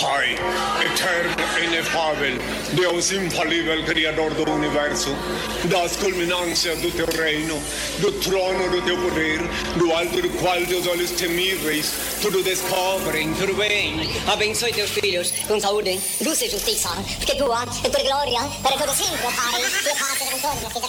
Pai, eterno, inefável, Deus infalível, Criador do Universo, das culminâncias do teu reino, do trono do teu poder, do alto do qual teus olhos temíveis tudo descobrem, tudo bem. Abençoe teus filhos com saúde. Luz e justiça, porque tua é tua glória, para todo sempre, Pai, e paz e vitória, que já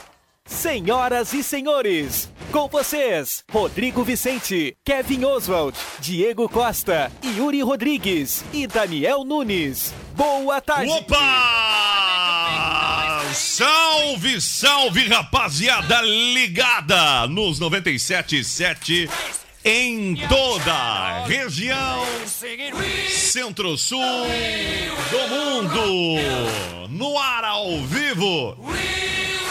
Senhoras e senhores, com vocês, Rodrigo Vicente, Kevin Oswald, Diego Costa, Yuri Rodrigues e Daniel Nunes. Boa tarde! Opa! Salve, salve, rapaziada ligada nos 977 em toda a região centro-sul do mundo. No ar ao vivo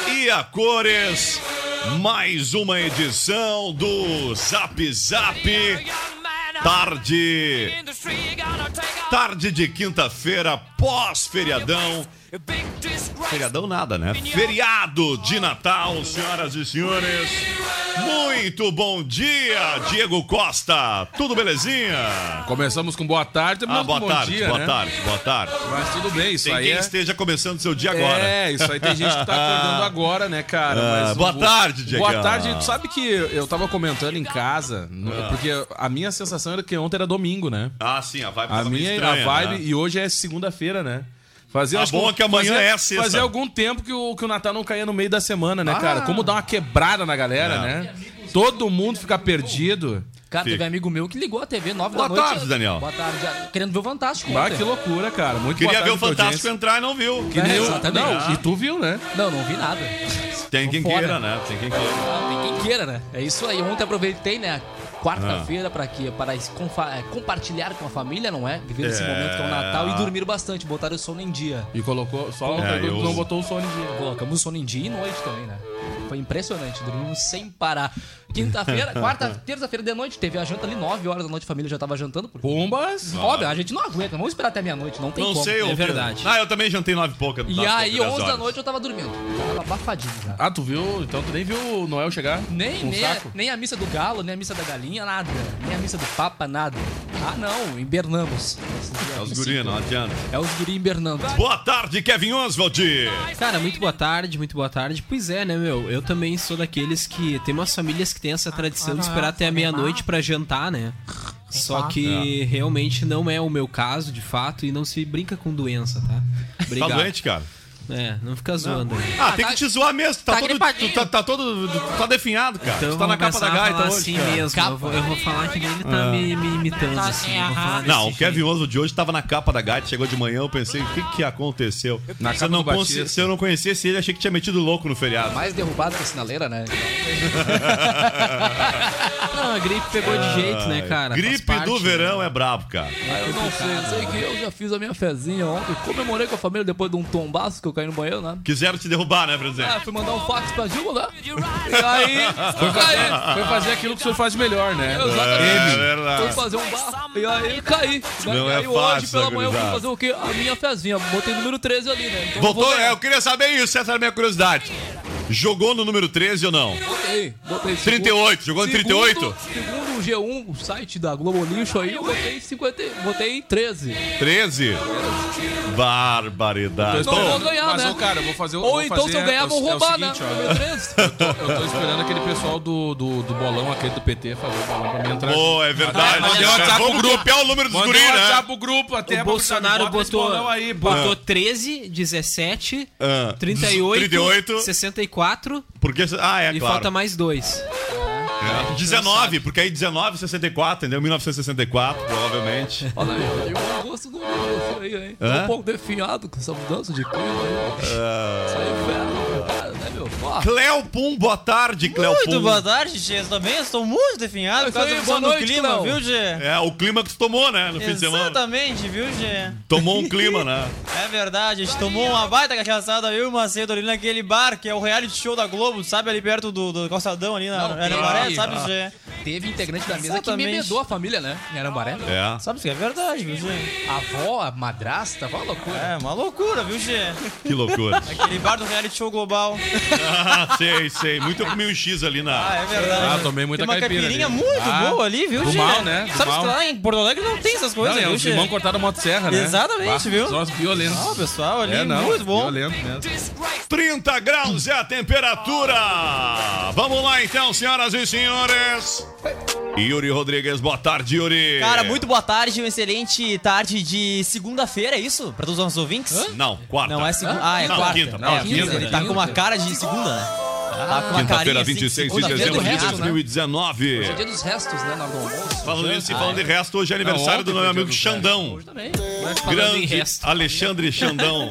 e a cores. Mais uma edição do Zap Zap. Tarde. Tarde de quinta-feira, pós-feriadão. Feriadão nada, né? Feriado de Natal, senhoras e senhores. Muito bom dia, Diego Costa. Tudo belezinha? Começamos com boa tarde, mas Ah, boa bom tarde, dia, boa né? tarde, boa tarde. Mas tudo bem, isso Tem aí quem é... esteja começando seu dia agora. É, isso aí tem gente que tá acordando agora, né, cara? Ah, Mas boa o- tarde, Diegão. Boa tarde. Tu sabe que eu tava comentando em casa, no- porque a minha sensação era que ontem era domingo, né? Ah, sim, a vibe A tava meio minha estranha, a vibe, né? e hoje é segunda-feira, né? Fazia, Tá acho bom um- que amanhã fazia- é sexta. Fazia algum tempo que o, que o Natal não caía no meio da semana, né, Ah. cara? Como dá uma quebrada na galera, É. né? Todo mundo fica perdido. Cara, teve Fica. amigo meu que ligou a TV 9 Boa da noite. tarde, Daniel. Boa tarde, ah, querendo ver o Fantástico. Bah, ontem. que loucura, cara. Muito Queria boa ver o tarde pra Fantástico audiência. entrar e não viu. Que nem É, o- exatamente. Não, e tu viu, né? Não, não vi nada. Tem quem Fora. queira, né? Tem quem queira. Ah, tem quem queira, né? É isso aí. Ontem aproveitei, né? Quarta-feira Ah. pra quê? Para es- confa- eh, compartilhar com a família, não é? Viver esse É. momento que é o Natal e dormir bastante, botar o sono em dia. E colocou. Só É, pegou- eu- não botou um o Sony dia. Colocamos o sono em dia e noite também, né? Foi impressionante, dormimos sem parar. Quinta-feira, quarta, terça-feira de noite, teve a janta ali, 9 horas da noite, a família já tava jantando. Porque... Bombas! Óbvio, a gente não aguenta, vamos esperar até meia-noite, não tem Não como. sei, é eu- verdade. Ah, eu também jantei nove e pouca. E nove aí, pouca, dez 11 da horas. noite eu tava dormindo. Tava abafadinho já. Ah, tu viu? Então tu nem viu o Noel chegar? Nem, com o nem, a, saco? nem a missa do galo, nem a missa da galinha, nada. Nem a missa do papa, nada. Ah, não, hibernamos. É os guri, não adianta. É os guri hibernando. Boa tarde, Kevin Oswald. Cara, muito né? boa tarde, muito boa tarde. Pois é, né, meu? Eu também sou daqueles que. Tem umas famílias que tem essa tradição Ah, de esperar até a meia-noite pra jantar, né? Só que realmente não é o meu caso, de fato, e não se brinca com doença, tá? Tá Obrigado. doente, cara? É, não fica zoando. aí. Ah, Ah, tem tá- que te zoar mesmo. Tá, tá todo, gripadinho. tu tá, tá todo. tu Tá definhado, cara. Então tu tá na vamos capa da começar a gaita falar hoje. assim cara. mesmo. Capa. Eu vou, eu vou falar que ele tá me, Ah. me imitando, assim. eu vou falar Não, o desse Kevin jeito. Oswald de hoje tava na capa da Gaita, chegou de manhã, eu pensei, o que que aconteceu? Na se, capa eu não do conhe- Batista. se eu não conhecesse ele, achei que tinha metido louco no feriado. Mais derrubado que a sinaleira, né? Não, a gripe pegou Ah, de jeito, né, cara? Faz Gripe parte, do né? verão é brabo, cara. Eu não sei, eu sei que eu já fiz a minha fezinha ontem. Comemorei com a família depois de um tombaço que eu caí no banheiro, né? Quiseram te derrubar, né, presidente? Ah, fui mandar um fax pra Dilma, né? E aí, caí. Foi fazer aquilo que o senhor faz melhor, né? É, Exatamente. verdade. Fui fazer um bar e aí caí. né? Não e é aí fácil, hoje pela manhã eu fui gurizada. fazer o quê? A minha fezinha. Botei número 13 ali, né? Então Voltou? eu vou- É, eu queria saber isso, essa era a minha curiosidade. Jogou no número 13 ou não? Botei, botei. 38, jogou no 38? Segundo o G1, o site da Globo Lixo aí, eu botei 50, botei 13. 13? Barbaridade. Então Ô, vou ganhar, mas, né? ô, cara, eu vou fazer Ou então se eu ganhar, vou vão roubar, é o seguinte, né? ó, Número 13. eu tô esperando aquele pessoal do, do, do bolão, aquele do PT, fazer o bolão pra mim entrar. Pô, é verdade. Mandei cara. um WhatsApp Vamos pro grupo. copiar É o número dos Mandou guri, um WhatsApp né? pro grupo até O pra- Bolsonaro bota esse botou, bolão aí, pô. botou 13, 17, Ah. 38, 38. 64 Porque, ah, é e claro. falta mais dois. É. 19, porque aí 19, 64, entendeu? 1964, provavelmente. Olha aí, olha aí, eu gosto do Lixo aí, hein? Tá Hã? Ah. Tô um pouco definhado com essa mudança de clima aí. Isso aí é fera, cara, né, meu? Ó, Cléo Pum, boa tarde, Cléo Muito Pum. boa tarde, Gê. Eu Também estou muito definhado por Isso causa aí, do boa som do noite, clima, Clão. viu, Gê? É, o clima que tu tomou, né, no fim de semana. Exatamente, viu, Gê? Tomou um clima, né? É verdade, a gente tomou uma baita cachaçada, eu e o Macedo ali naquele bar, que é o reality show da Globo, sabe? Ali perto do, do calçadão ali na, na Arambaré, sabe, Gê? Teve integrante da mesa que Exatamente. bebedou a família, né? Em Arambaré. É. Sabe isso que é verdade, viu, Gê? A avó, a madrasta, uma loucura. É, uma loucura, viu, Gê? Que loucura. Aquele bar do reality show global. Ah, sei, sei. Muito eu comi um X ali na. Ah, é verdade. Ah, tomei muita tem uma caipira caipirinha ali. muito Ah, boa ali, viu, do Gê? mal, né? Do Sabe mal. que lá em Porto Alegre não tem essas coisas, Não, é viu, os Gê? limão cortado a motosserra, né? Exatamente, viu? Só violentos. Ah, o pessoal ali, é, não, muito bom. Violento mesmo. Tá 30 graus é a temperatura. Vamos lá então, senhoras e senhores. Yuri Rodrigues, boa tarde, Yuri. Cara, muito boa tarde, uma excelente tarde de segunda-feira, é isso? Pra todos os nossos ouvintes? Não, quarta. Não é segunda. Ah, é Não, quarta. quinta. é, Não, quinta, Ele tá com uma cara de segunda, né? Tá com uma carinha Quinta-feira, assim, 26 de segunda-feira dezembro do de resto, né? 2019. Hoje é dia dos restos, né? Na hora do almoço. Falando nisso e falando de resto, hoje é aniversário do meu amigo Xandão. Também. Falando em Grande resto. Alexandre Xandão.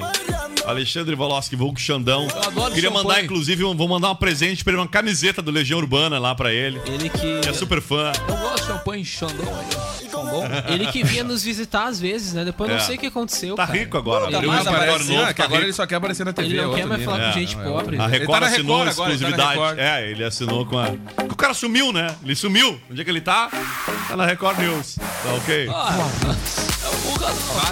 Alexandre Voloski, vulgo Xandão. adoro Queria mandar, champanhe. inclusive, um- vou mandar um presente pra ele, uma camiseta do Legião Urbana lá pra ele. Ele que. Que é super fã. Eu gosto de champanhe Xandão. Ele que vinha nos visitar às vezes, né? Depois eu É. não sei o que aconteceu. Tá cara. rico agora. Ele Abriu um mais escritório aparece, novo, Ah, que tá agora rico. ele só quer aparecer na TV. Ele não é outro quer mais nível. falar É, com né? gente não, é pobre. né? A Ele Record tá na assinou Record a agora, ele tá na exclusividade. Record. é, ele assinou com a. O cara sumiu, né? Ele sumiu. Onde é que ele tá? Tá na Record News. Tá ok. Ah,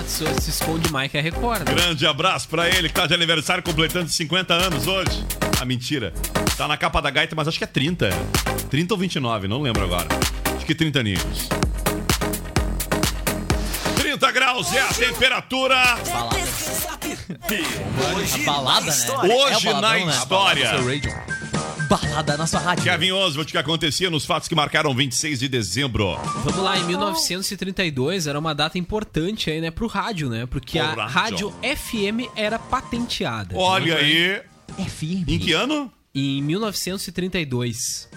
se, se esconde mais que é Record. né? Grande abraço pra ele que tá de aniversário completando 50 anos hoje. Ah, mentira. Tá na capa da gaita, mas acho que é 30. 30 ou 29, não lembro agora. Acho que 30 aninhos. 30 graus é a temperatura. A balada, né? Hoje É o baladão, na né? história. Balada na sua rádio. Kevin Oswald, o que acontecia nos fatos que marcaram 26 de dezembro. Vamos lá, em 1932 era uma data importante aí, né, pro rádio, né? Porque Pro a rádio. rádio FM era patenteada. Olha aí. FM. Em que ano? Em 1932.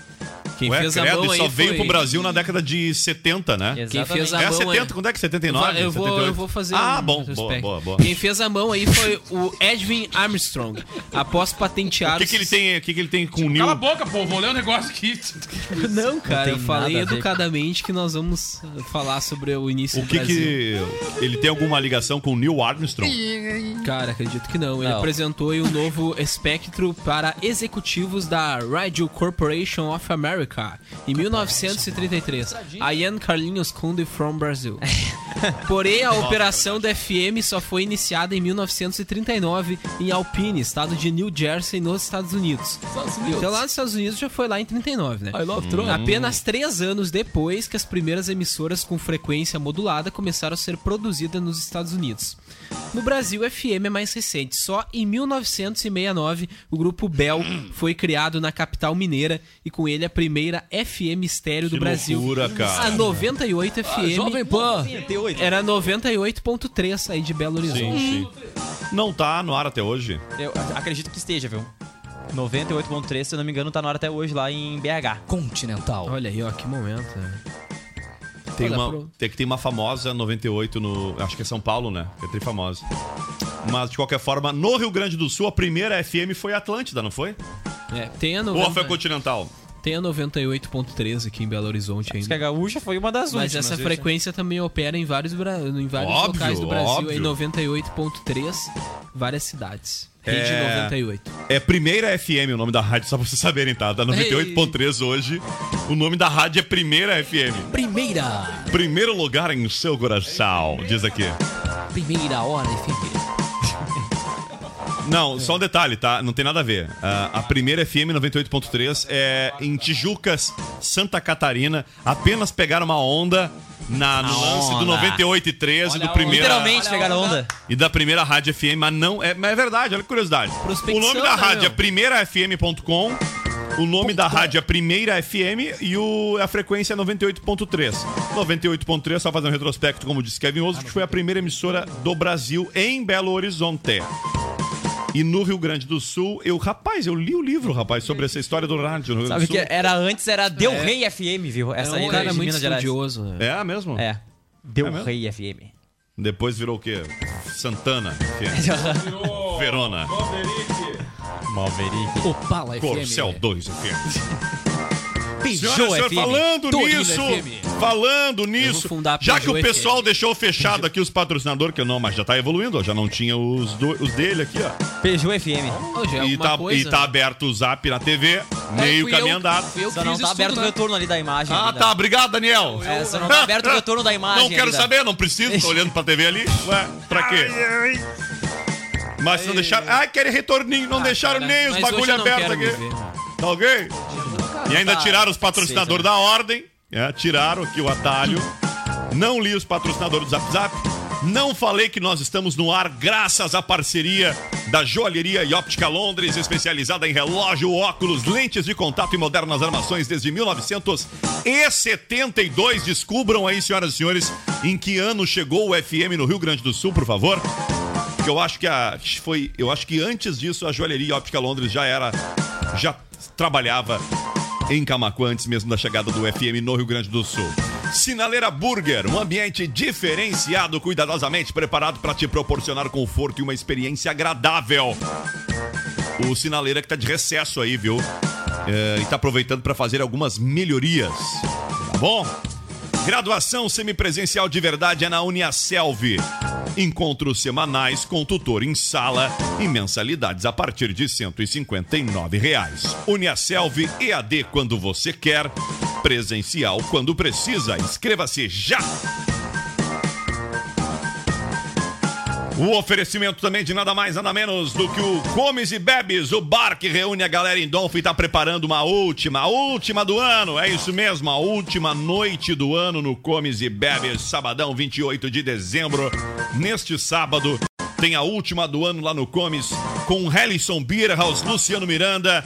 Quem Ué, fez a credo, mão e aí só veio foi... pro Brasil na década de 70, né? Quem fez a É mão 70, é- quando é que é 79? Eu vou, eu vou- eu vou fazer Ah, um bom, boa, retrospecto. boa, boa. Quem fez a mão aí foi o Edwin Armstrong, após O patentear... que, que ele tem, o que, que ele tem com o Nil? Cala a boca, pô. Vou ler um negócio aqui. os- Não, cara, tem eu falei nada a ver. educadamente que nós vamos uh, falar sobre o início O do que Brasil. que ele tem alguma ligação com o Neil Armstrong? Cara, acredito que não. Ele Não. apresentou aí o novo espectro para executivos da Radio Corporation of America em 1933. A Ian Carlinhos Conde from Brazil. Porém, a operação da FM só foi iniciada em 1939 em Alpine, estado de New Jersey, nos Estados Unidos. Então lá nos Estados Unidos já foi lá em 39, né? I love Tron. Apenas três anos depois que as primeiras emissoras com frequência modulada começaram a ser produzidas nos Estados Unidos. No Brasil, FM é mais recente. Só em 1969, o grupo Bell foi criado na capital mineira e com ele a primeira FM estéreo do Que Brasil. loucura, cara. A Ah, 98 FM Jovem Pan. era 98.3 aí de Belo Sim, Horizonte. sim. Não tá no ar até hoje. Eu acredito que esteja, viu? 98.3, se eu não me engano, tá na hora até hoje lá em BH. Continental. Olha aí, ó, que momento. né? Tem Olha, uma, pro- tem que tem uma famosa 98 no, acho que é São Paulo, né? É tri famosa. Mas de qualquer forma, no Rio Grande do Sul a primeira FM foi a Atlântida, não foi? É, tem a Ou foi a 90 Continental? tem a 98.3 aqui em Belo Horizonte Diz que a ainda. gaúcha foi uma das assim, Mas últimas. essa viu, Gê? frequência também opera em vários, bra- em vários né? Óbvio, locais do Brasil, óbvio. em 98.3, várias cidades. Rede É. 98. É Primeira FM o nome da rádio, só pra vocês saberem, tá? Da 98.3 hoje. O nome da rádio é Primeira FM. Primeira. Primeiro lugar em seu coração, diz aqui. Primeira hora FM. Não, só um detalhe, tá? Não tem nada a ver. Ah, a primeira FM 98.3 é em Tijucas, Santa Catarina. Apenas pegaram uma onda na, no lance do onda. 98 e 13 do primeiro. Literalmente Olha a pegaram onda. onda. E da primeira rádio FM, mas não. É, mas é verdade, olha que curiosidade. Prospecção, o nome da né, rádio meu? é primeirafm.com. O nome da rádio é Primeira FM e o, a frequência é 98.3. 98.3, só fazendo um retrospecto, como disse Kevin Oso, que foi a primeira emissora do Brasil em Belo Horizonte. E no Rio Grande do Sul, eu, rapaz, eu li o livro, rapaz, sobre essa história do rádio no Rio Grande Sabe do que é? Sul. era antes, era Del Rey FM, viu? Essa é aí um de cara muito Minas Gerais. estudioso, né? É mesmo? É. Del É mesmo? Rey FM. Depois virou o quê? Santana. FM. Verona. Malverick. Opala FM. Corcel 2 FM. Peugeot Senhoras e senhores, FM, falando Torino nisso, FM. falando nisso, fundar já que o Peugeot pessoal deixou fechado aqui os patrocinadores, que não, mas já tá evoluindo, ó, já não tinha os, do- os dele aqui, ó. Peugeot FM. Hoje é e, alguma tá, coisa, e tá né? aberto o zap na TV, meio fui eu- caminho andado. fui eu que Só não fiz tá isso aberto tudo, o né? retorno ali da imagem. né? Ah, ainda. tá, obrigado, Daniel. É, só não tá aberto o retorno da imagem. Não quero ainda. saber, não preciso. Tô olhando pra TV ali. Ué, pra quê? Mas não deixaram. Ah, querem retorninho. Não deixaram Ah, cara, nem os mas hoje bagulho eu não aberto quero aqui. me ver, né? Tá ok? E ainda tá. tiraram os patrocinadores da ordem. É, tiraram aqui o atalho. Não li os patrocinadores do Zap Zap. Não falei que nós estamos no ar graças à parceria da Joalheria e Óptica Londres, especializada em relógio, óculos, lentes de contato e modernas armações desde 1972. Descubram aí, senhoras e senhores, em que ano chegou o FM no Rio Grande do Sul, por favor. Porque eu acho que a foi, eu acho que antes disso a joalheria e Óptica Londres já era já trabalhava em Camacuã antes mesmo da chegada do FM no Rio Grande do Sul. Sinaleira Burger, um ambiente diferenciado, cuidadosamente preparado para te proporcionar conforto e uma experiência agradável. O Sinaleira que tá de recesso aí, viu? É, e tá aproveitando para fazer algumas melhorias. Tá bom? Graduação semipresencial de verdade é na Uniaselv. Encontros semanais com tutor em sala e mensalidades a partir de R$ 159 reais. Uniaselv EAD quando você quer, presencial quando precisa. Inscreva-se já! O oferecimento também de nada mais, nada menos do que o Comes e Bebes, o bar que reúne a galera em Dolfo e tá preparando uma última, a última do ano. É isso mesmo, a última noite do ano no Comes e Bebes, sabadão 28 de dezembro. Neste sábado tem a última do ano lá no Comes com Helison Birhaus, Luciano Miranda,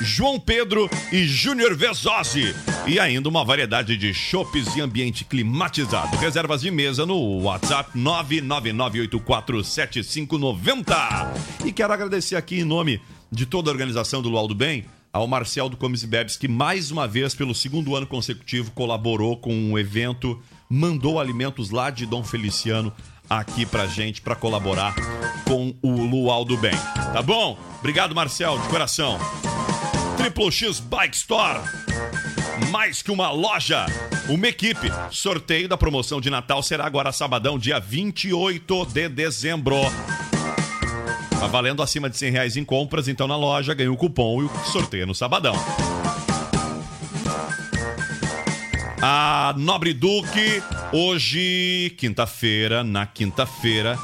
João Pedro e Júnior Vezozzi. E ainda uma variedade de chopes e ambiente climatizado. Reservas de mesa no WhatsApp 999847590. E quero agradecer aqui em nome de toda a organização do Luau do Bem ao Marcel do Comes e Bebes, que mais uma vez, pelo segundo ano consecutivo, colaborou com o evento, mandou alimentos lá de Dom Feliciano aqui pra gente, pra colaborar com o Luau do Bem. Tá bom? Obrigado, Marcel, de coração. Triple X Bike Store. Mais que uma loja, uma equipe. Sorteio da promoção de Natal será agora sabadão, dia 28 de dezembro. Tá valendo acima de 100 reais em compras, então na loja ganha o cupom e o sorteio no sabadão. A Nobre Duque, hoje, quinta-feira, na quinta-feira,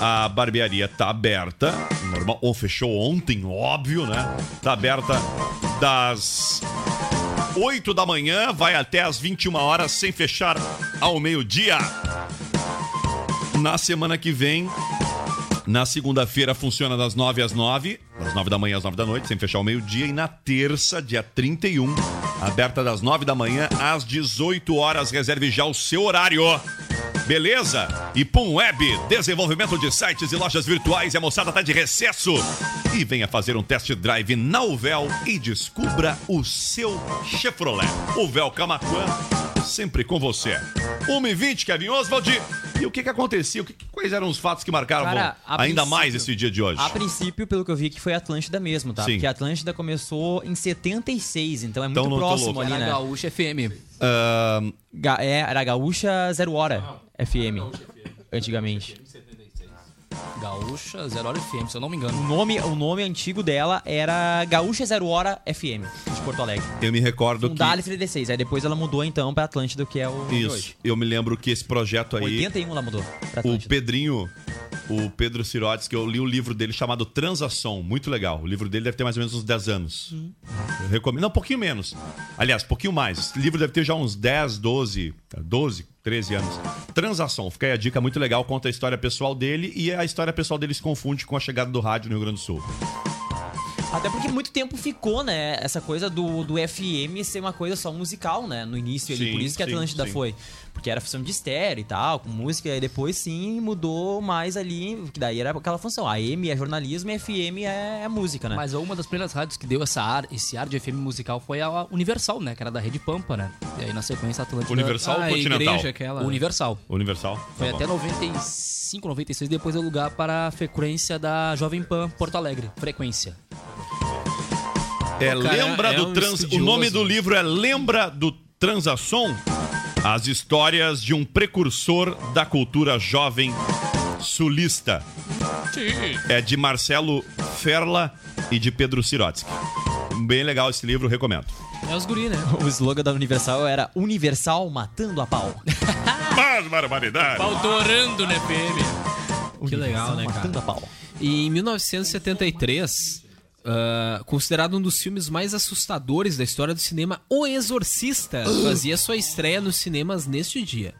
a barbearia tá aberta. Normal, ou fechou ontem, óbvio, né? Tá aberta das 8 da manhã, vai até as 21 horas, sem fechar ao meio-dia. Na semana que vem, na segunda-feira funciona das 9 às 9, das 9 da manhã às 9 da noite, sem fechar o meio-dia. E na terça, dia 31, aberta das 9 da manhã às 18 horas. Reserve já o seu horário. Beleza? E Pum Web, desenvolvimento de sites e lojas virtuais. E a moçada tá de recesso. E venha fazer um test drive na Uvel e descubra o seu Chevrolet. Uvel Camacuã sempre com você. 1h20, Kevin Oswald. E o que que acontecia? O que, que- quais eram os fatos que marcaram Cara, a ainda princípio- mais esse dia de hoje? A princípio, pelo que eu vi, que foi a Atlântida mesmo, tá? Sim. Porque a Atlântida começou em 76, então é muito Então não tô próximo louco. ali, Era né? Gaúcha FM. Ahn, Ga- é, era Gaúcha Zero Hora FM, antigamente. Gaúcha, Zero Hora FM, se eu não me engano. O nome, o nome antigo dela era Gaúcha Zero Hora FM, de Porto Alegre. eu me recordo que... Fundada em 76, aí depois ela mudou então pra Atlântida, que é o Um de Isso, hoje. eu me lembro que esse projeto aí, 81 ela mudou pra o Atlântida. Pedrinho, o Pedro Sirotes, que eu li o livro dele chamado Transação, muito legal. O livro dele deve ter mais ou menos uns 10 anos. Uhum. Eu recomendo, não, um pouquinho menos. Aliás, um pouquinho mais. Esse livro deve ter já uns 10, 12, 12, 13 anos. Transação, fica aí a dica muito legal, conta a história pessoal dele e a história pessoal dele se confunde com a chegada do rádio no Rio Grande do Sul. Até porque muito tempo ficou, né? Essa coisa do, do FM ser uma coisa só musical, né? No início ali. Sim, Por isso que a sim, Atlântida sim. foi. Porque era função de estéreo e tal, com música. E depois sim mudou mais ali. Que daí era aquela função. A M é jornalismo e FM é, é música, né? Mas uma das primeiras rádios que deu essa ar, esse ar de FM musical foi a Universal, né? Que era da Rede Pampa, né? E aí na sequência a Atlântida... Universal Ah, ou a Continental? igreja aquela. Universal. Universal? Foi Tá bom. até 95, 96, depois é o lugar para a frequência da Jovem Pan Porto Alegre. Frequência. É Pô, cara, Lembra é do um Trans. O estudioso. nome do livro é Lembra do Transassom? As histórias de um precursor da cultura jovem sulista. É de Marcelo Ferla e de Pedro Sirotsky. Bem legal esse livro, recomendo. É os guri, né? O slogan da Universal era Universal matando a pau. Mas barbaridade. Pautorando na FM. Que legal, né, matando a cara? pau. E em 1973, ah, considerado um dos filmes mais assustadores da história do cinema, O Exorcista fazia sua estreia nos cinemas neste dia.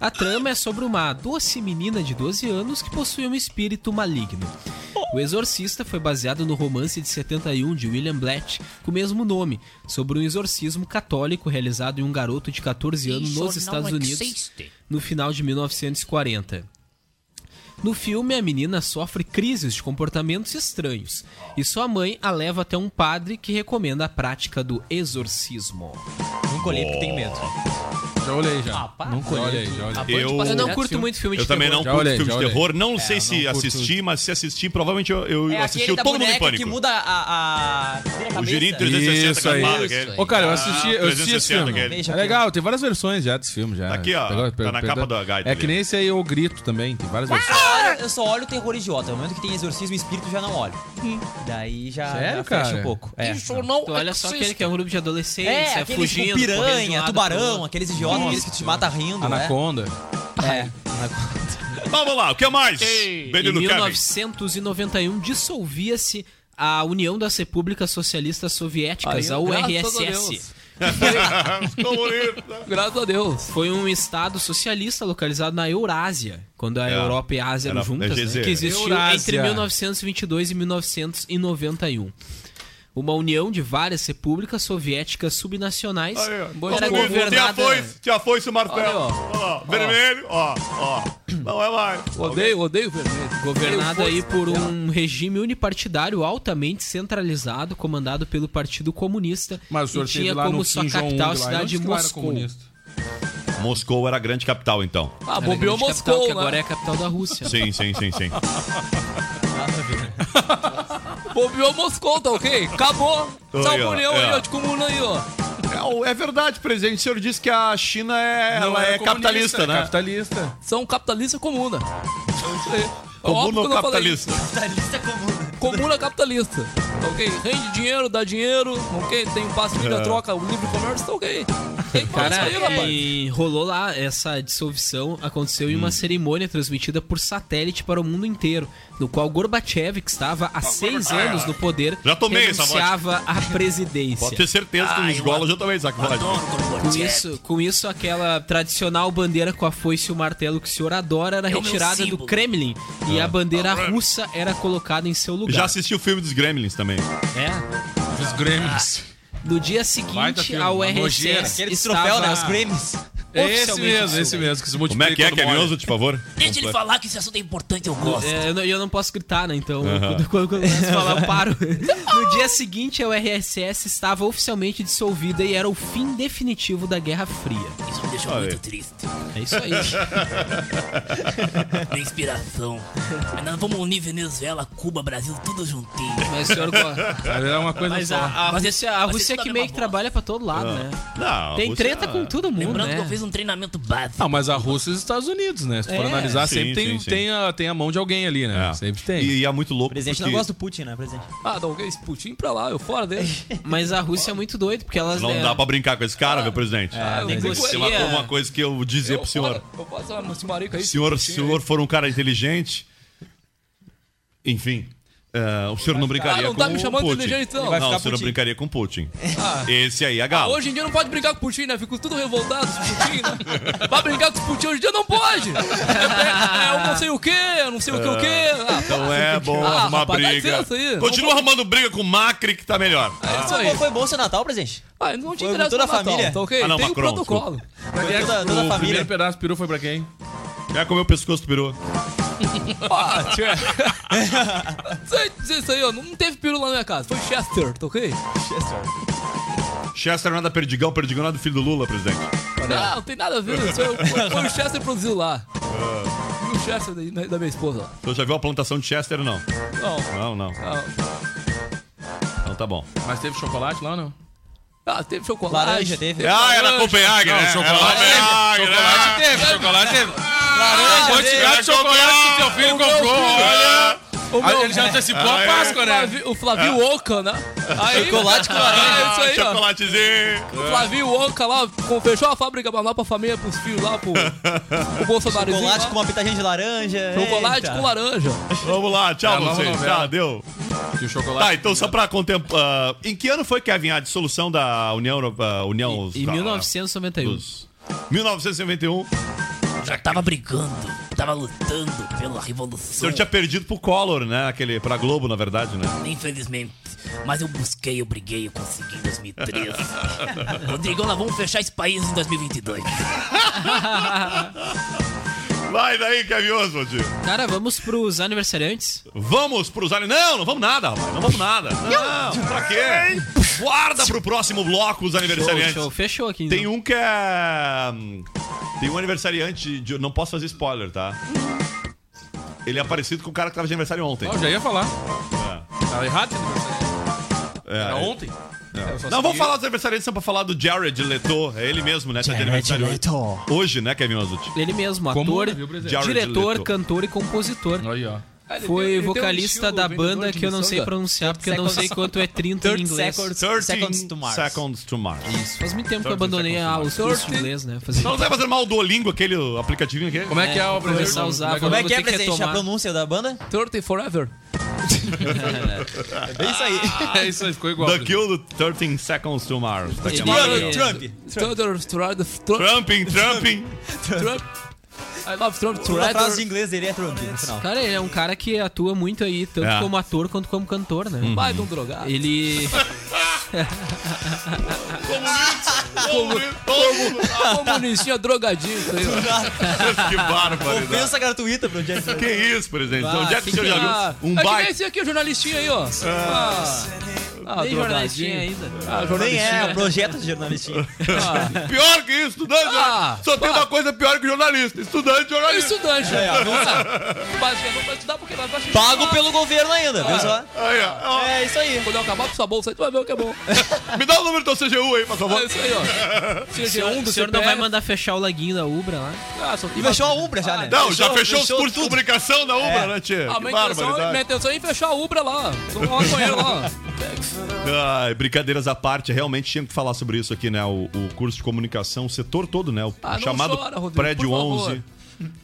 A trama é sobre uma doce menina de 12 anos que possui um espírito maligno. O Exorcista foi baseado no romance de 71 de William Blatt, com o mesmo nome, sobre um exorcismo católico realizado em um garoto de 14 anos nos Estados Unidos no final de 1940. No filme, a menina sofre crises de comportamentos estranhos e sua mãe a leva até um padre que recomenda a prática do exorcismo. Um Nunca olhei porque tenho medo. Já olhei já. Nunca Já olhei, olhei. já A Band olhei. Eu, passa Eu não direto curto filme. muito filme de eu também terror. não Já curto olhei, filme já de olhei. terror. Não É, sei eu se não curto. assisti, mas se assisti, provavelmente eu, eu É assisti aquele o da Todo Mundo em boneca Pânico. que muda a... a... vira a O cabeça. Girinho 360 Isso aí. acabado, Isso aquele. Ah, aí. Ô, cara, eu assisti, eu assisti esse 360 filme. aquele. É legal, tem várias versões já desse filme. Já. Tá aqui, ó, tá na capa da gaita É ali. que nem esse aí, O Grito também, tem várias Eu versões. só olho- Eu só olho o terror idiota. No momento que tem exorcismo, espírito já não olho. Daí já, Hum. Sério, já fecha cara? um pouco. É. Tu olha só aquele que é um grupo de adolescentes, É, é, aqueles fugindo, tipo correndo de um piranha, lado pro tubarão, outro. aqueles idiotas, aqueles que te matam rindo, né? Anaconda. É. Vamos lá, o que mais? Em Benino Kevin. 1991 dissolvia-se a União das Repúblicas Socialistas Aí, Soviéticas, a graças a URSS. Deus. Comunista. Graças a Deus. Foi um estado socialista localizado na Eurásia, quando a É. Europa e a Ásia eram Era- é juntas, né, dizer, que existiu Eurásia. entre 1922 e 1991. Uma união de várias repúblicas soviéticas subnacionais Aí, ó. era Comunista. Tinha governada... foice, tinha foice o Olha, martelo. ó. Ó, vermelho, ó, ó. Não é mais. Odeio, odeio vermelho. Governada Odeio aí força. por um regime unipartidário altamente centralizado, comandado pelo Partido Comunista, Mas o senhor e tinha teve lá como no sua Kim Jong-un capital a de lá. cidade Onde de que lá era Moscou. comunista? Moscou era a grande capital, então. Ah, Era a bobeou grande capital, Moscou, que agora é né? a capital da Rússia. Sim, sim, sim, sim. Bobeou Moscou, tá ok? Acabou. Aí, Salva ó, união aí, é. ó, de comuna aí, ó. É, verdade, presidente. O senhor disse que a China é, né? Não, é comunista, é Capitalista. São capitalista comuna. É isso aí. É Comuna óbvio ou que eu não falei. capitalista? Comuna capitalista. Tá ok? Rende dinheiro, dá dinheiro, ok? Tem um passe É. livre, a troca, o livre comércio, tá ok. Tem que falar Cara, isso aí, rapaz. e rolou lá essa dissolução, aconteceu em Hum. uma cerimônia transmitida por satélite para o mundo inteiro, no qual Gorbachev, que estava Ah, há seis anos no poder, Já tomei essa renunciava à Pode presidência. ter certeza que os golas já também sacam. Com isso, com isso, aquela tradicional bandeira com a foice e o martelo que o senhor adora É era retirada do Kremlin Ah. e a bandeira russa era colocada em seu lugar. Já assisti o filme dos Gremlins também. É. Os Grêmios. No dia Baita seguinte, filme, a uma nojeira. URSS Aqueles estava... troféus, né? Os Grammys. Esse Oficialmente mesmo, esse dissolvido. mesmo. Que se Como é que é, multiplica Kevin quando Oso, por favor? Deixa ele falar que esse assunto é importante, eu gosto. É, eu, não, eu não posso gritar, né? Então, Aham. quando, quando, quando eu começo a falar, eu paro. No dia seguinte, a URSS estava oficialmente dissolvida e era o fim definitivo da Guerra Fria. Isso me deixou Olha aí. muito triste. É isso aí. Minha inspiração. Mas nós vamos unir Venezuela, Cuba, Brasil, tudo juntinho. Mas, senhor, go- É uma coisa mas só. a, a Mas Rússia, a esse- é Rússia mas esse que meio que tá trabalha pra todo lado, Ah. né? Não, Tem você- treta com todo mundo, Lembrando que eu né? fiz um treinamento básico. Ah, mas a Rússia e os Estados Unidos, né? Se tu for É. analisar, Sim, sempre tem, um- sim, sim. Tem, a, tem a mão de alguém ali, né? É. Sempre tem. um E, e é muito O louco. presidente não porque gosta do Putin, né, presidente? Ah, dá alguém, esse Putin pra lá, eu fora dele. Mas a Rússia é muito doida, porque elas... Não é. né, dá pra brincar com esse cara, meu presidente. Ah, tem mas que- Tem uma, uma coisa que eu vou dizer Eu pro senhor. fora, Eu posso lá, esse marico aí. O senhor, se o senhor for um cara inteligente, enfim, eh, o senhor não brincaria Ah, não com tá me chamando de Putin. inteligente, então. vai Não, ficar o senhor Putin. brincaria com Putin. Esse aí é Ah, galo. hoje em dia não pode brincar com o Putin, né? Fico tudo revoltado com o Putin, né? Vai brincar com o Putin hoje em dia não pode! É, é, eu não sei o que, eu não sei o que, o que. Então é Tá bom Ah, arrumar tá? rapaz, dá briga. licença aí. Continua arrumando briga com o Macri, que tá melhor. Ah, é isso Foi aí. bom- Foi bom seu Natal, presidente? Ah, não te Foi interessa toda a o Natal, família. Tá ok? Ah, não, Tem Macron, o protocolo. Foi toda, toda a O primeiro família. pedaço do peru foi pra quem? Já comeu É o pescoço do peru. Ah, tchê. Sei dizer isso aí, ó. Não teve peru lá na minha casa. Foi Chester, tá ok? Chester não é da Perdigão, Perdigão não é do filho do Lula, presidente. Ah, não tem nada a ver. Isso aí, foi, foi o Chester que produziu lá. Ah. E o Chester da, da minha esposa lá. O senhor já viu a plantação de Chester, não? Não, Não, não. não. Não tá bom. Mas teve chocolate lá ou não? Ah, teve chocolate. Laranja teve. Ah, era Laranja. Copenhague, Não, né? Chocolate Era teve. Copenhague, Chocolate né? teve. Chocolate teve. Laranja A quantidade de chocolate que teu filho comprou. né? Olha. O meu- Ah, Ele já antecipou a Ah, é. Páscoa, né? Flavi- O Flavio Oca, né? Aí, Chocolate com laranja. É isso aí, ó. Chocolatezinho. O Flavio Oca lá com- fechou a fábrica pra lá, pra família, pros filhos lá, pro, pro Bolsonarozinho. Chocolate lá. com uma pitadinha de laranja. Chocolate eita. com laranja. Vamos lá, É a tchau nova vocês. novela. Tá, deu. Que o chocolate. Tá, então só pra contemplar. em que ano foi, Kevin, a dissolução da União Europeia? União. Em da- 1991. dos- 1991. Já tava brigando, tava lutando pela O revolução. senhor Então, tinha perdido pro Collor, né? Aquele, pra Globo, na verdade, né? Infelizmente. Mas eu busquei, eu briguei, eu consegui em 2013. Rodrigo, nós vamos fechar esse país em 2022. Vai daí, Kevin Oswald. Cara, vamos pros aniversariantes? Vamos pros aliens. Não, não vamos nada, rapaz. Não vamos nada. Não, pra quê? Guarda pro próximo bloco os aniversariantes. Show, show. Fechou aqui. Tem então. um que é. hum, Tem um aniversariante. De... Não posso fazer spoiler, tá? Ele é parecido com o cara que tava de aniversário ontem. Ó, já ia falar. Tá errado? É, Era é- ontem? Eu só Não, vamos segui- falar dos aniversariantes, só pra falar do Jared Leto. É ele mesmo, né? Tá de aniversário É, hoje. Hoje, né, Kevin Oswald? Ele mesmo, Como ator, viu, presente? Jared diretor, Leto. cantor e compositor. Aí, ó. Foi vocalista da banda que eu não sei pronunciar, porque eu não sei quanto é 30 em 30 inglês. seconds, 13 seconds to Mars. Seconds to Mars. Então Faz muito tempo que eu 30 abandonei a, os cursos de inglês, né? Fazia... Não, você vai fazer mal o Duolingo, aquele aplicativinho aquele? Como é que é o Vou começar a usar, Como é Vou que é, ter que presidente? A retomar. pronúncia da banda? 30 Forever. É isso aí. Ah. É isso aí, ficou igual. The Kill do 13 Seconds to Mars. é Tá Ele- chamado. Ele- Trump, 30 Trump. Trump. Trump. Trumping, Trumping. Trump. I love Trump. A frase de Trump. inglês dele é Trump no final. Cara, ele é um cara que atua muito aí, tanto É. Uhum. como ator quanto como cantor, né? Vai de um drogado. Ele. Comunistinha drogadinho. isso aí, ó. que barbaridade. Ofensa gratuita pro Jack. Que isso, presidente? Onde é que o senhor já Ah, viu um é que nem baita? esse aqui, o jornalistinha aí, ó. Ah, ah Nem jornalistinha drogadinho. ainda. Ah, Nem é, é jornalistinha. o projeto de jornalistinha. Pior que isso, estudante. né? Ah, Só tem ah. uma coisa pior que jornalista. Estudante e É jornalista. estudante. É, Mas eu não vou estudar porque nós baixamos. Pago pelo governo ainda, viu só? Aí, ó. É isso aí. Quando eu acabar com sua bolsa aí, tu vai ver o que é bom. Me dá o número do teu CGU aí, por favor. É isso aí, ó. Seja um O do senhor não vai mandar fechar o laguinho da Ubra lá? Ah, E fechou a Umbra já, né? É. Não, já fechou os fechou cursos de tudo. publicação da Ubra, É. né, Tchê? Ah, minha Que intenção, minha barbaridade. intenção é ir fechar a Ubra lá. Sou um maconheiro lá. Ai, brincadeiras à parte, realmente tinha que falar sobre isso aqui, né? O, o curso de comunicação, o setor todo, né? O Ah, não chamado chora, Rodrigo, Prédio por favor. 11.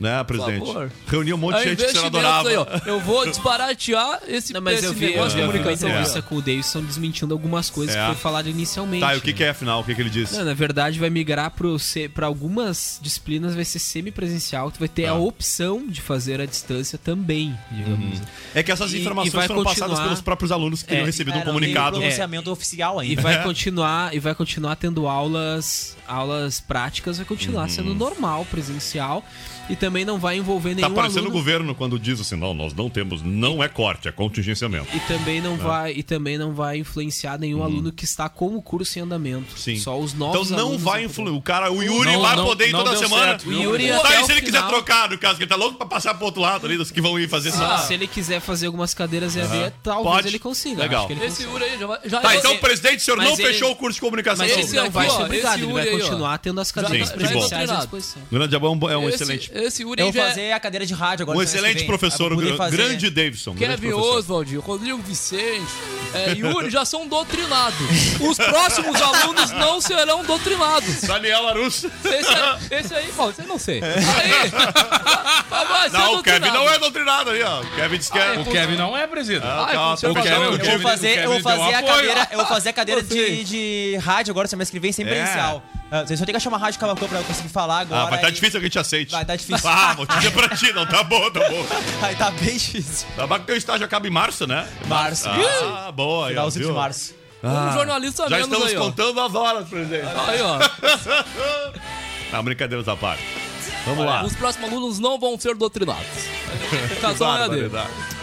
Né, presidente? favor. Reuniu um monte de É gente que você investimento adorava. aí, ó. Eu vou desbaratear esse, Não, mas esse eu vi, eu negócio vi de uma comunicação. aí, ó. entrevista com o Davidson desmentindo algumas coisas É. que foi falado inicialmente. Tá, e o que, né? que é afinal? O que, que ele disse? Não, na verdade vai migrar pro se- pra algumas disciplinas, vai ser semipresencial, tu vai ter a Ah. opção de fazer à distância também, digamos. É que essas E- e informações vai foram passadas continuar- pelos próprios alunos que tinham É, recebido É, um não, comunicado. É. Tem pronunciamento oficial E ainda. vai continuar e vai continuar tendo aulas, aulas práticas, vai continuar Uhum. sendo normal, presencial e também não vai envolver Tá nenhum parecendo aluno. o governo quando diz assim: não, nós não temos, não é corte, é contingenciamento. E também não Ah. vai e também não vai influenciar nenhum aluno que está com o curso em andamento. Uhum. Sim. Só os Então novos não alunos vai vão poder. influir. O cara, o Yuri Não, vai não, poder ir não toda deu semana. certo. O Yuri Tá, até e o se ele quiser final- trocar, no caso, que ele tá louco pra passar pro outro lado ali, dos que vão ir fazer Se- essa. Então, Se ele quiser fazer algumas cadeiras EAD, talvez Ah. Pode. ele consiga. Legal. Acho que ele Esse Uri aí já vai. Já Tá, eu- então, presidente, o senhor mas não ele- fechou o curso de comunicação. Mas ele esse não aqui, vai ó, ser obrigado, esse ele vai Yuri aí, ó. continuar tendo as cadeiras Sim, que bom. presenciais à Treinado. disposição. Grande Abão é um esse, excelente. Esse Uri Eu aí vou já é fazer a cadeira de rádio agora. Um semestre que excelente vem. professor, Vou o poder gr- fazer- grande Davidson. grande Kevin professor. Oswald, Rodrigo Vicente, é, Yuri já são doutrinados. Os próximos alunos não serão doutrinados. Daniel Arusso. Esse aí, esse aí bom, esse eu não sei. Aí, mas vai ser Não, o doutrinado. Kevin não é doutrinado aí, ó. O Kevin disse que é. Ah, O Kevin não é, presida. Ah, Ai, tá, funciona tá, pra Kevin, caramba. o Eu vou Kevin- fazer, eu vou deu fazer a apoio. cadeira, eu vou fazer a cadeira de, Gostei. de rádio agora semestre que vem sem É. presencial. Ah, Vocês só tem que achar uma rádio Cavalcão pra eu conseguir falar agora. Ah, vai tá e- difícil que a gente aceite. Vai tá difícil. Ah, vou dizer pra ti, não. Tá bom, tá bom. Vai tá bem difícil. Tá bom que teu estágio acaba em março, né? Março. Ah, boa. Aí, ó, Finalzinho de viu? março. Um jornalista a Já menos estamos aí, ó. contando as horas, presidente. Aí, ó. Ah, brincadeiras à parte. Vamos lá. Os próximos alunos não vão ser doutrinados. Educação é a dele. Barbaridade.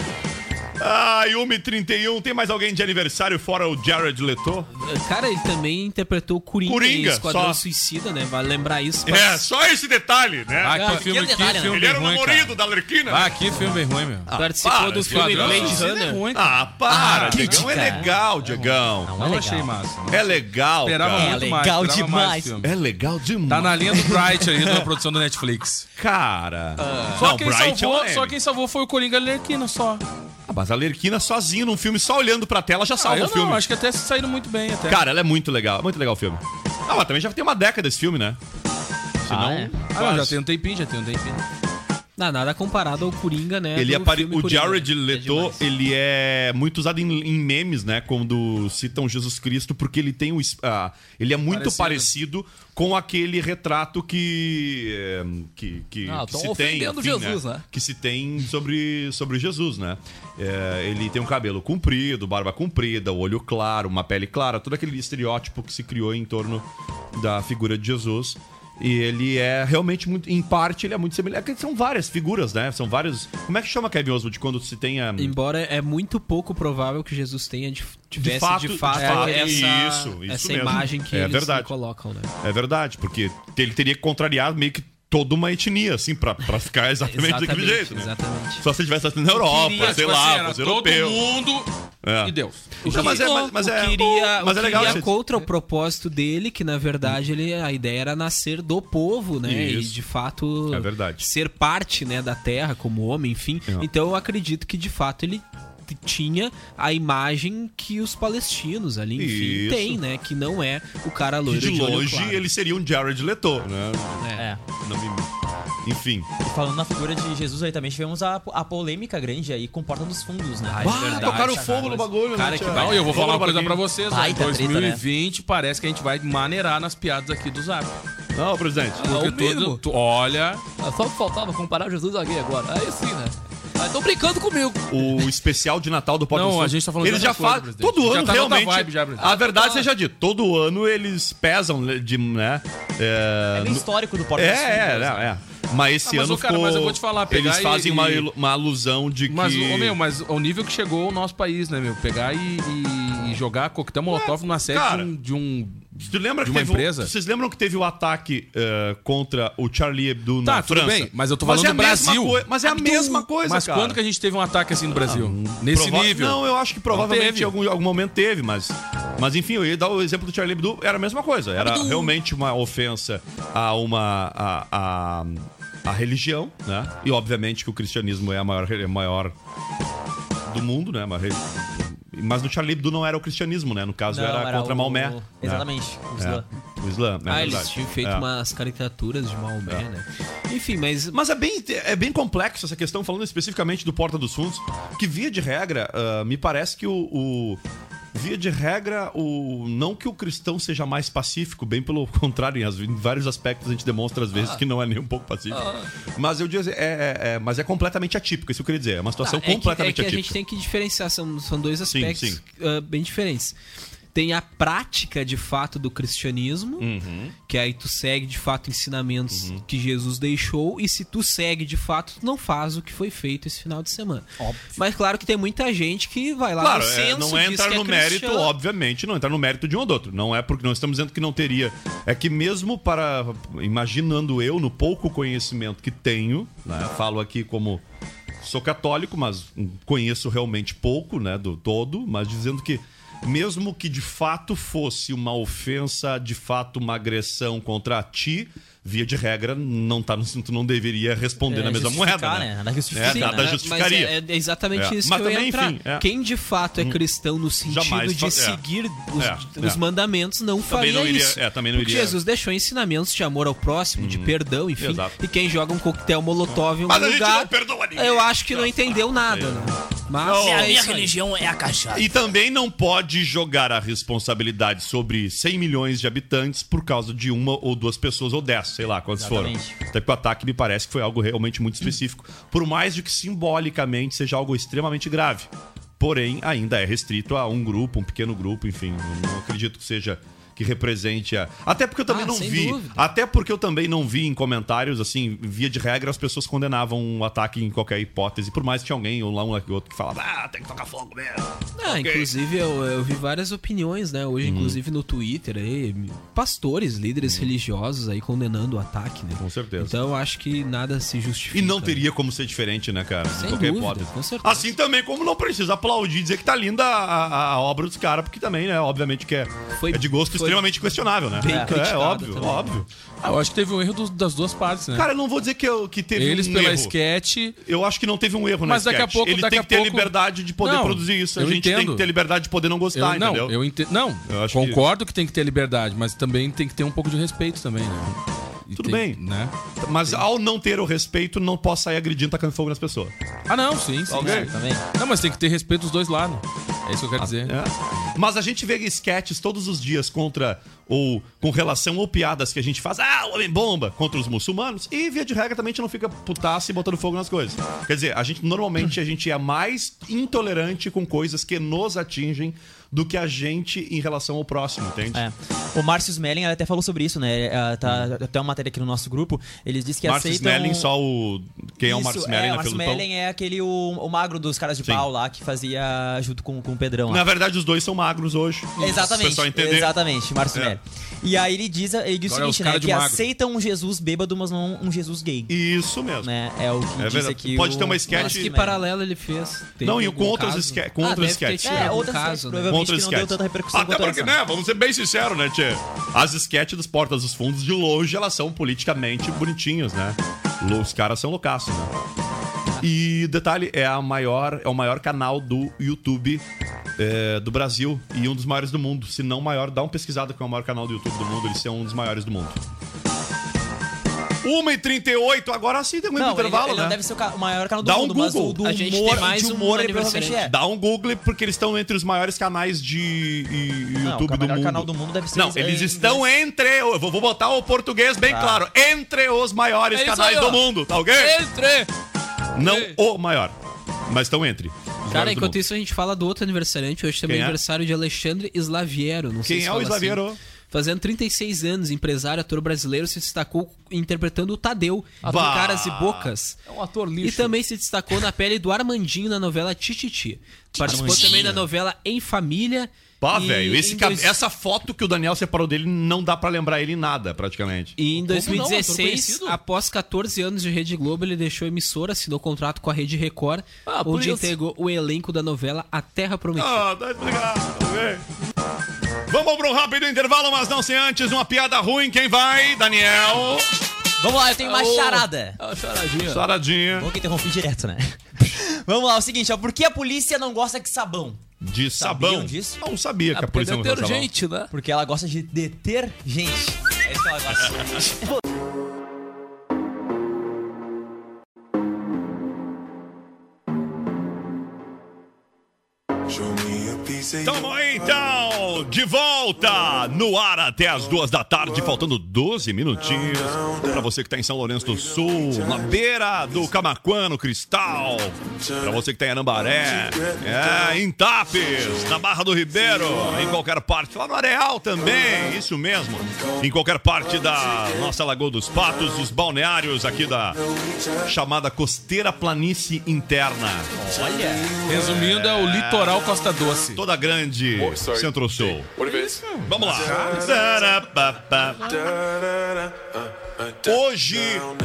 Ah, 1h31. Tem mais alguém de aniversário fora o Jared Leto? Cara, ele também interpretou o Coringa, Coringa, em Esquadrão só. Suicida, né? Vale lembrar isso. É, só esse detalhe, né? Ah, que filme, que filme Ele era o ruim, namorido cara. da Lerquina. Ah, que filme bem ruim, meu. Participou para, do filme Esquadrão Blade Suicida Ah, Runner. é ruim, cara. Ah, para, Ah, Diegão. É crítica. legal, Diegão. Não, eu achei massa. É legal, Esperava cara. muito mais, esperava mais filme. É legal demais. Tá na linha do Bright aí, da produção da Netflix. Cara. Ah. Só, Não, quem Bright é salvou, um só M. quem salvou foi o Coringa Lerquina só. Ah, mas a Lerquina sozinha num filme, só olhando pra tela, já Ah, salva eu o filme. não, acho né? que até se saíram muito bem até. Cara, ela é muito legal. Muito legal o filme. Ah, mas também já tem uma década esse filme, né? Senão, é? Ah, quase. já tem um tempinho, já tem um tempinho. Não, nada comparado ao Coringa, É, né? Ele do um apare... filme O Coringa. É Jared Leto, ele é muito usado em, em memes, né? Quando citam Jesus Cristo, porque ele tem o. es- ah, ele é muito parecido, com aquele retrato que. eh, que, que, Ah, que tão se tem. assim, ofendendo Jesus, né? Que se tem sobre, sobre Jesus, né? É, ele tem um cabelo comprido, barba comprida, olho claro, uma pele clara, todo aquele estereótipo que se criou em torno da figura de Jesus. E ele é realmente muito. Em parte, ele é muito semelhante. é que São várias figuras, né? São vários. Como é que chama Kevin Oswald quando se tem a. Embora é muito pouco provável que Jesus tenha de, tivesse de fato, fato- de fato, essa, isso, isso essa mesmo. imagem que É eles verdade. colocam, né? É verdade, porque ele teria que contrariar meio que toda uma etnia, assim, pra, pra ficar exatamente, daquele Exatamente, jeito, né? exatamente. Só se tivesse na Europa, Queria, sei tipo lá, assim, era os todo europeus. mundo É. e Deus. Não, mas é, mas, mas é, o que iria, mas o é que legal. iria gente. contra o propósito dele, que na verdade ele, a ideia era nascer do povo, né? Isso. E de fato É verdade. É. ser parte né, da terra como homem, enfim. Então eu acredito que de fato ele t- tinha a imagem que os palestinos ali, enfim, Isso. têm, né? Que não é o cara Que loiro de olho longe claro. ele seria um Jared Leto, né? É. Não me- Enfim. E falando na figura de Jesus aí também, tivemos a, a polêmica grande aí com Porta dos Fundos, né? Ah, é verdade. tocaram fogo no bagulho, Cara, que Não, vai. e eu vou falar uma Vamos coisa no pra vocês. ó. Em Baita treta, 2020 parece que a gente vai maneirar nas piadas aqui do Zap. Não, presidente. Porque o mínimo. todo, tu- olha, Ah, Só que faltava comparar Jesus a gay agora. Aí sim, né? Ah, Estão brincando comigo. O especial de Natal do Podcast Não, a gente tá falando de Eles outra já coisa, fazem. presidente. Todo Já ano, tá na outra realmente. vibe já, presidente. a verdade seja dita. Todo ano eles pesam de. Né, é, É bem no- histórico do Porta É, dos Fundos. é, né? é, é. Mas esse Ah, mas, ano ô, cara, ficou... mas eu vou te falar, pegar Eles e- fazem uma, e- ilu- uma alusão de que... mas, ô, meu, mas ao nível que chegou o nosso país, né, meu? Pegar e, e- e jogar coquetel molotov na sede cara. de um- de um Tu lembra de que uma teve empresa? Um... Vocês lembram que teve o ataque eh, contra o Charlie Hebdo Tá, na tudo França? bem, mas eu tô falando é a do mesma Brasil. coi- Mas é a mesma coisa, Mas cara. quando que a gente teve um ataque assim no Brasil? Nesse Prova- nível? Não, eu acho que teve. provavelmente em algum, algum momento teve, mas. Mas enfim, eu ia dar o exemplo do Charlie Hebdo, era a mesma coisa. Era realmente uma ofensa a uma. A, a, a religião, né? E obviamente que o cristianismo é a maior, é a maior do mundo, né? Mas, mas no Charlie Hebdo não era o cristianismo, né? No caso Não, era, contra o- Maomé. né? Exatamente. o É. Islã. O Islã, é ah, eles verdade. tinham feito É. umas caricaturas de Maomé, né? Enfim, mas Mas é bem, é bem complexo essa questão, falando especificamente do Porta dos Fundos, que via de regra, ah, me parece que o, o- Via de regra, o não que o cristão seja mais pacífico, bem pelo contrário, em, as- em vários aspectos a gente demonstra às vezes que não é nem um pouco pacífico. Ah. Mas eu dizer, é, é- é- mas é completamente atípico, isso que eu queria dizer. É uma situação Tá, é que- completamente é que, a gente atípica. tem que diferenciar, são, são dois Sim, aspectos sim. ah, bem diferentes. Tem a prática de fato do cristianismo, Uhum. que aí tu segue de fato ensinamentos que Jesus deixou, e se tu segue de fato, tu não faz o que foi feito esse final de semana. Mas claro que tem muita gente que vai lá Claro, no é, censo, não diz entrar que é no mérito, cristiano. obviamente, não entrar no mérito de um ou do outro. Não é porque não estamos dizendo que não teria. É que mesmo para. Imaginando eu, no pouco conhecimento que tenho, né? Falo aqui como. Sou católico, mas conheço realmente pouco, né? Do todo, mas dizendo que. Mesmo que de fato fosse uma ofensa, de fato uma agressão contra ti, via de regra, não tá no tu não deveria responder É, na mesma justificar, moeda. Né? né? Nada justifica, é, né? nada Mas justificaria. Mas é, é exatamente É. isso Mas que eu ia também, entrar. enfim, é. Quem de fato é cristão no sentido Jamais de fa- é. seguir os, É, os é. mandamentos não faria não iria- isso. é, também não Porque iria- Hum. Jesus deixou ensinamentos de amor ao próximo, de perdão, enfim. Exato. E quem joga um coquetel molotov em um Mas a gente lugar, não perdoa ninguém. É. eu acho que não entendeu nada, né? Mas Não. é A minha isso aí. religião é a cachaça. E também não pode jogar a responsabilidade sobre 100 milhões de habitantes por causa de uma ou duas pessoas ou dez, sei lá quantos foram. Exatamente. Até que o ataque me parece que foi algo realmente muito específico, por mais de que simbolicamente seja algo extremamente grave. Porém, ainda é restrito a um grupo, um pequeno grupo, enfim, eu não acredito que seja que represente a. Até porque eu também Ah, não sem vi. dúvida. Até porque eu também não vi em comentários, assim, via de regra, as pessoas condenavam o ataque em qualquer hipótese, por mais que tinha alguém ou lá um ou outro que falava, ah, tem que tocar fogo mesmo. Ah, inclusive eu, eu vi várias opiniões, né? Hoje, Uhum. inclusive no Twitter, aí, pastores, líderes religiosos aí condenando o ataque, né? Com certeza. Então eu acho que nada se justifica. E não teria como ser diferente, né, cara? Sem dúvida, com certeza. Assim também como não precisa aplaudir e dizer que tá linda a, a- a obra dos caras, porque também, né, obviamente que é, é de gosto extremamente questionável, né? bem é, é criticado óbvio, também. óbvio. Ah, eu acho que teve um erro dos- das duas partes, né? Cara, eu não vou dizer que, eu, que teve Eles um pela erro. esquete. Eu acho que não teve um erro na Mas daqui a sketch. pouco- Ele daqui tem a que ter pouco- liberdade de poder Não, produzir isso. A eu gente tem entendo. que ter liberdade de poder não gostar, eu, não, Tá, entendeu? eu entendo. Não, acho que- concordo que... tem que ter liberdade, mas também tem que ter um pouco de respeito também, né? E Tudo tem- bem. Né? Mas ao não ter o respeito, não posso sair agredindo, tacando fogo nas pessoas. Ah, não, sim, sim. Alguém? sim. Não, mas tem que ter respeito dos dois lados. É isso que eu quero dizer. É. Mas a gente vê sketches todos os dias contra ou com relação ou piadas que a gente faz, ah, homem bomba contra os muçulmanos e via de regra também a gente não fica putaço e botando fogo nas coisas. Quer dizer, a gente normalmente a gente é mais intolerante com coisas que nos atingem do que a gente em relação ao próximo, entende? É. O Márcio Smelling até falou sobre isso, né? Ah, Tá, Até uma matéria aqui no nosso grupo. Eles disse que Hum. Márcio aceitam... Smelling, só o quem é o Márcio Smelling é, na o Márcio pelotão? Smelling é aquele o, o magro dos caras de pau lá que fazia junto com, com o Pedrão. lá. Na verdade os dois são magros hoje. Exatamente. O pessoal entender. Exatamente, Márcio Smelling. E aí ele diz, ele diz o Olha, os seguinte, cara né? de Que magro. aceitam um Jesus bêbado, mas não um Jesus gay. Isso mesmo. Né? É o que É diz verdade. aqui Pode o ter uma sketch- Márcio Mas que Smelling. paralelo ele fez? Teve não, e algum com outras caso? esque- com Ah, outras deve ter sketches. tido algum É, outras caso, sketches, né? provavelmente Outras que não deu sketches. tanta repercussão Um Até quanto porque, essa. né, vamos ser bem sinceros, né, Tchê? As sketches dos Portas dos Fundos, de longe, elas são politicamente bonitinhas, né? Os caras são loucaços, né? E detalhe, é, a maior, é o maior canal do YouTube é, do Brasil e um dos maiores do mundo. Se não maior, dá uma pesquisada que é o maior canal do YouTube do mundo, eles são um dos maiores do mundo. 1h38, agora sim tem um Não, ele- intervalo, ele né? não deve ser o ca- o maior canal do Dá um mundo, mas o Google. do humor, de humor ele provavelmente é. Dá um Google porque eles estão entre os maiores canais de e- e Não, YouTube o do maior mundo. canal do mundo deve ser Não, esse- eles é, estão entre. Eu vou vou botar o português bem Tá. claro. Entre os maiores É isso canais aí, ó. do mundo, tá ok? Entre! Não o maior, mas estão entre. os Cara, maiores do enquanto mundo. isso a gente fala do outro aniversariante. Hoje também é Quem é? aniversário de Alexandre Slaviero. Não sei Quem se é o fala assim. Slaviero? Fazendo 36 anos, empresário, ator brasileiro, se destacou interpretando o Tadeu do Bah. Caras e Bocas. É um ator E lixo. também se destacou na pele do Armandinho na novela Tititi. Participou Armandinho. também da novela Em Família. Pá, e velho, esse em cab- dois- essa foto que o Daniel separou dele não dá pra lembrar ele em nada, praticamente. E em não? Ator 2016, conhecido? após 14 anos de Rede Globo, ele deixou a emissora, assinou contrato com a Rede Record, Ah, por onde isso. integrou o elenco da novela A Terra Prometida. Ah, tá obrigado, tá ok. Vamos para um rápido intervalo, mas não sem antes uma piada ruim. Quem vai? Daniel. Vamos lá, eu tenho uma Ô, charada. É uma charadinha. Saradinha. Bom que interrompi direto, né? Vamos lá, é o seguinte, ó. Por que a polícia não gosta de sabão? De sabão. disso? Não sabia É Ah, que a polícia não gostava. né? Porque ela gosta de deter gente. É isso que ela gosta. Tamo aí, então, de volta no ar até as duas da tarde, faltando 12 minutinhos. Pra você que tá em São Lourenço do Sul, na beira do Camaquã, no Cristal. Pra você que tá em Anambaré, é, em Tapes, na Barra do Ribeiro, em qualquer parte, lá no Areal também, isso mesmo. Em qualquer parte da nossa Lagoa dos Patos, os balneários aqui da chamada Costeira Planície Interna. Olha. Resumindo, é o litoral Costa Doce. Toda grande Centro-Sul. Vamos lá. Hoje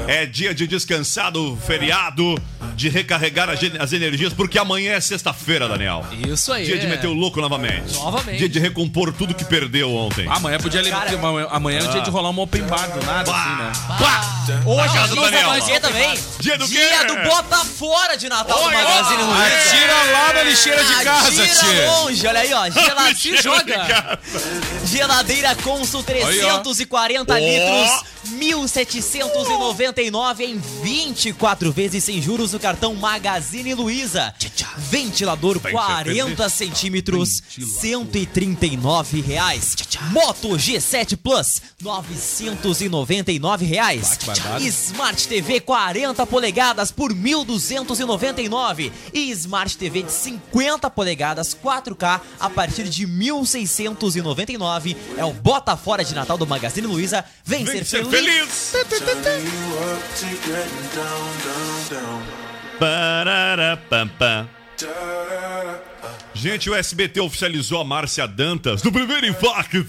é dia de descansado, feriado, de recarregar as gen- as energias, porque amanhã é sexta-feira, Daniel. Isso aí. Dia de meter o louco novamente. Novamente. Dia de recompor tudo que perdeu ontem. Amanhã podia levar. Cara. amanhã- Amanhã é o dia Ah. de rolar um open bar do nada, assim, né? Hoje casa é do dia Daniel. da magia também. Dia do quê? Dia do Bota Fora de Natal do Olha, Magazine olha. Luiza. Atira lá na lixeira de casa, Tira tia. Ah, longe, olha aí, ó. Gela... Lixeira de casa. Geladeira Consul 340 Ó. litros, 1.799 em 24 vezes sem juros no cartão Magazine Luiza. Ventilador 40 centímetros, 139 reais. Moto G7 Plus, 999 reais. Smart TV 40 polegadas por 1.299 e Smart TV de 50 polegadas 4K a partir de 1.699. É o Bota Fora de Natal do Magazine Luiza. Vem, ser, feliz! Pararapampa. Gente, o SBT oficializou a Márcia Dantas do primeiro impacto.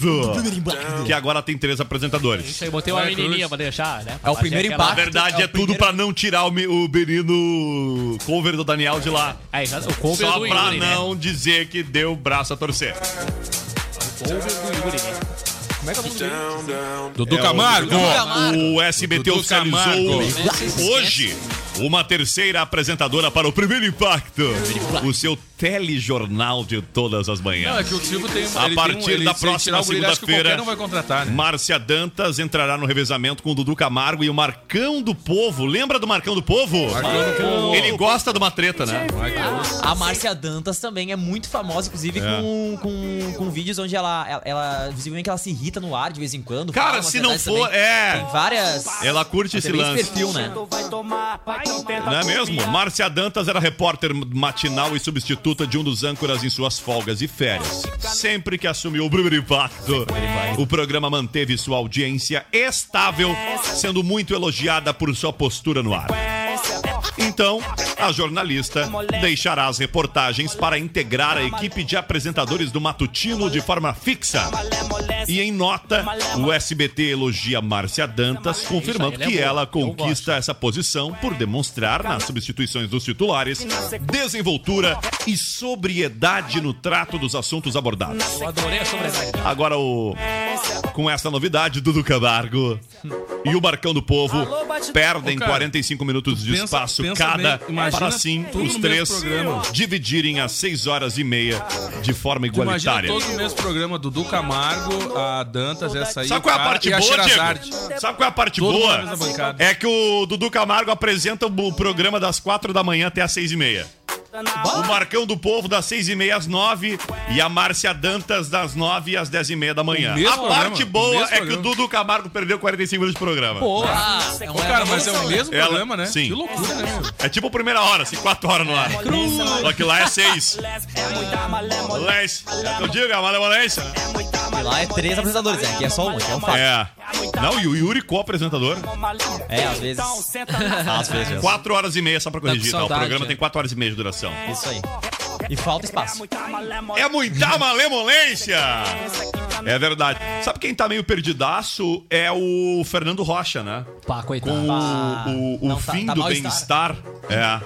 Que agora tem três apresentadores. Isso aí, botei uma menininha pra deixar, né? É o primeiro Achei aquela- impacto. Na verdade, é, tudo pra não tirar o, me- o Berino cover do Daniel de lá. É, exato, o cover Só do pra Yuri, né? não dizer que deu o braço a torcer. Cover do Yuri, né? Como é que é o nome do Yuri? Dudu Camargo. É, O, o SBT Dudu oficializou Camargo. hoje uma terceira apresentadora para o Primeiro Impacto. O seu telejornal de todas as manhãs. Não, é que o Silvio tem uma- A ele tem um- partir ele- da se ele tirar próxima o guri, ele acha que segunda-feira, qualquer um vai contratar, né? Márcia Dantas entrará no revezamento com o Dudu Camargo e o Marcão do Povo. Lembra do Marcão do Povo? Marcão do Povo. Ele gosta de uma treta, né? A Márcia Dantas também é muito famosa, inclusive, É. com, com, com vídeos onde ela, ela, ela- Visivelmente ela se irrita no ar de vez em quando. Cara, fala umas se não verdades for, também. é. Tem várias. Ela curte Ela esse tem bem lance. esse perfil, né? Não é mesmo? Márcia Dantas era repórter matinal e substituta de um dos âncoras em suas folgas e férias. Sempre que assumiu o primeiro impacto, o programa manteve sua audiência estável, sendo muito elogiada por sua postura no ar. Então, a jornalista deixará as reportagens para integrar a equipe de apresentadores do Matutino de forma fixa. E em nota, o SBT elogia Márcia Dantas, confirmando que ela conquista essa posição por demonstrar nas substituições dos titulares desenvoltura e sobriedade no trato dos assuntos abordados. Eu adorei a sobresaia. Agora o com essa novidade Dudu Camargo e o Barcão do Povo perdem Ô, cara, 45 minutos de pensa- espaço pensa cada bem, imagina para assim tudo os no mesmo três programa. dividirem as 6 horas e meia de forma Tu imagina igualitária. todo o mesmo programa, Dudu Camargo, a Dantas, essa aí. Sabe qual é a o cara, parte e boa, Sherazade. Diego? Sabe qual é a parte Todo boa? mundo na mesma bancada. É que o Dudu Camargo apresenta o programa das 4 da manhã até as 6 e meia. O Marcão do Povo das 6 e meia às 9 e a Márcia Dantas das 9 às 10 e meia da manhã. O mesmo A parte programa, o boa mesmo é que o programa. Dudu Camargo perdeu 45 minutos de programa. Pô, Ah, um Ô, cara, mas é o mesmo Ela- programa, né? Sim. Que loucura, né, meu? É tipo primeira hora, assim, 4 horas no ar. Só que lá é 6. Malemolência. É o que eu digo, é a malemolência. um E lá é três apresentadores, né? aqui é só um, aqui é um fato. É. Não, e o Yuri co-apresentador. É, às vezes. Então, às vezes. 4 horas e meia, só pra Tá com corrigir. Tá, o saudade, programa é. tem 4 horas e meia de duração. Isso aí. E falta espaço. É muita malemolência! É verdade. Sabe quem tá meio perdidaço é o Fernando Rocha, né? Pá, coitado. Com Pá. o, o, o Tá. Não, tá- fim tá do mal-estar. bem-estar. É.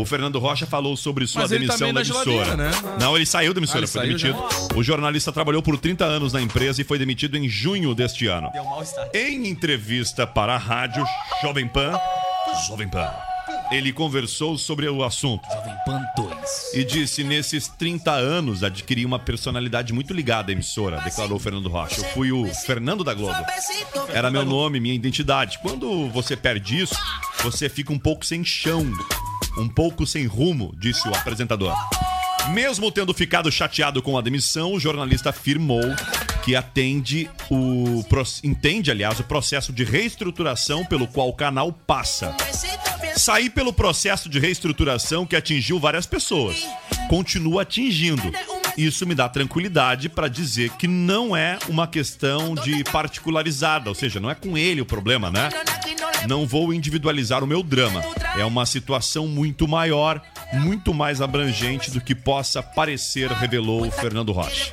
O Fernando Rocha falou sobre sua Mas ele tá demissão meio da na geladeira, emissora. né? Não, ele saiu da emissora, Ah, ele foi saiu já? demitido. O jornalista trabalhou por 30 anos na empresa e foi demitido em junho deste ano. Em entrevista para a rádio Jovem Pan, Jovem Pan, ele conversou sobre o assunto. Jovem Pan 2. E disse: nesses 30 anos adquiri uma personalidade muito ligada à emissora, declarou o Fernando Rocha. Eu fui o Fernando da Globo. Era meu nome, minha identidade. Quando você perde isso, você fica um pouco sem chão, um pouco sem rumo, disse o apresentador. Mesmo tendo ficado chateado com a demissão, o jornalista afirmou que atende o pro- entende, aliás, o processo de reestruturação pelo qual o canal passa. Saí pelo processo de reestruturação que atingiu várias pessoas. Continua atingindo. Isso me dá tranquilidade para dizer que não é uma questão de particularizada, ou seja, não é com ele o problema, né? Não vou individualizar o meu drama. É uma situação muito maior, muito mais abrangente do que possa parecer, revelou o Fernando Rocha.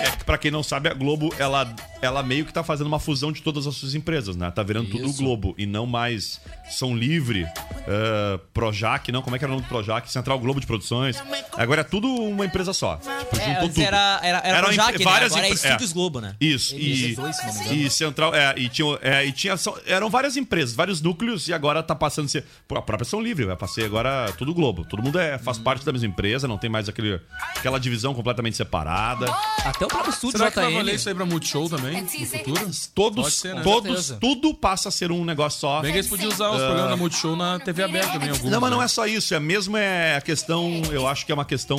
É, que pra quem não sabe, a Globo, ela, ela meio que tá fazendo uma fusão de todas as suas empresas, né? Tá virando tudo Isso. Globo e não mais São Livre, ah, Projac, não, como é que era o nome do Projac? Central Globo de Produções. Agora é tudo uma empresa só. Tipo, É, juntou antes tudo. era- era- era uma Projac, empre- né? Agora é empre- Estúdios Globo, né? Isso. E, MG2, se não me engano. e Central, é, e tinha, é, e tinha só- eram várias empresas, vários núcleos e agora tá passando a ser Pô, a própria São Livre, vai passar agora tudo Globo. Todo mundo é, faz parte da mesma empresa, não tem mais aquele, aquela divisão completamente separada. Até o próprio estúdio Será que vai JN. valer isso aí pra Multishow também? também, no futuro? Todos, Pode ser, né? todos, Certeza. tudo passa a ser um negócio só. Bem é que eles podiam usar os Ah, programas da Multishow na TV aberta também, alguns. Não, mas não né? é só isso. É mesmo é a questão. Eu acho que é uma questão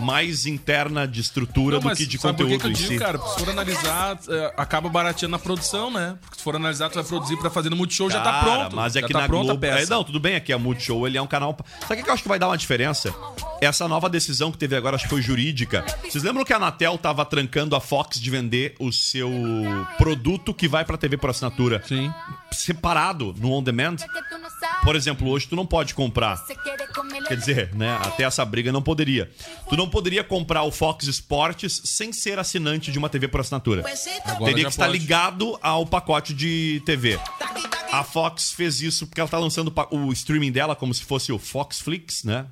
mais interna de estrutura Não, do mas que de sabe por conteúdo que que eu em digo, si. cara? Se for analisar, eh, acaba barateando na produção, né? Porque se for analisar, tu vai produzir pra fazer no Multishow, já tá Cara, pronto. Mas é já que tá na pronta Globo. a peça. É, não, tudo bem, é que a Multishow ele é um canal. Sabe o que que eu acho que vai dar uma diferença? Essa nova decisão que teve agora, acho que foi jurídica. Vocês lembram que a Anatel tava trancando a Fox de vender o seu produto que vai pra TV por assinatura? Sim. Separado no on demand? Por exemplo, hoje tu não pode comprar. Quer dizer, né? Até essa briga não poderia. Tu não poderia comprar o Fox Sports sem ser assinante de uma TV por assinatura. Agora Teria já que estar pode. ligado ao pacote de TV. A Fox fez isso porque ela tá lançando o pa- o streaming dela como se fosse o Foxflix, né?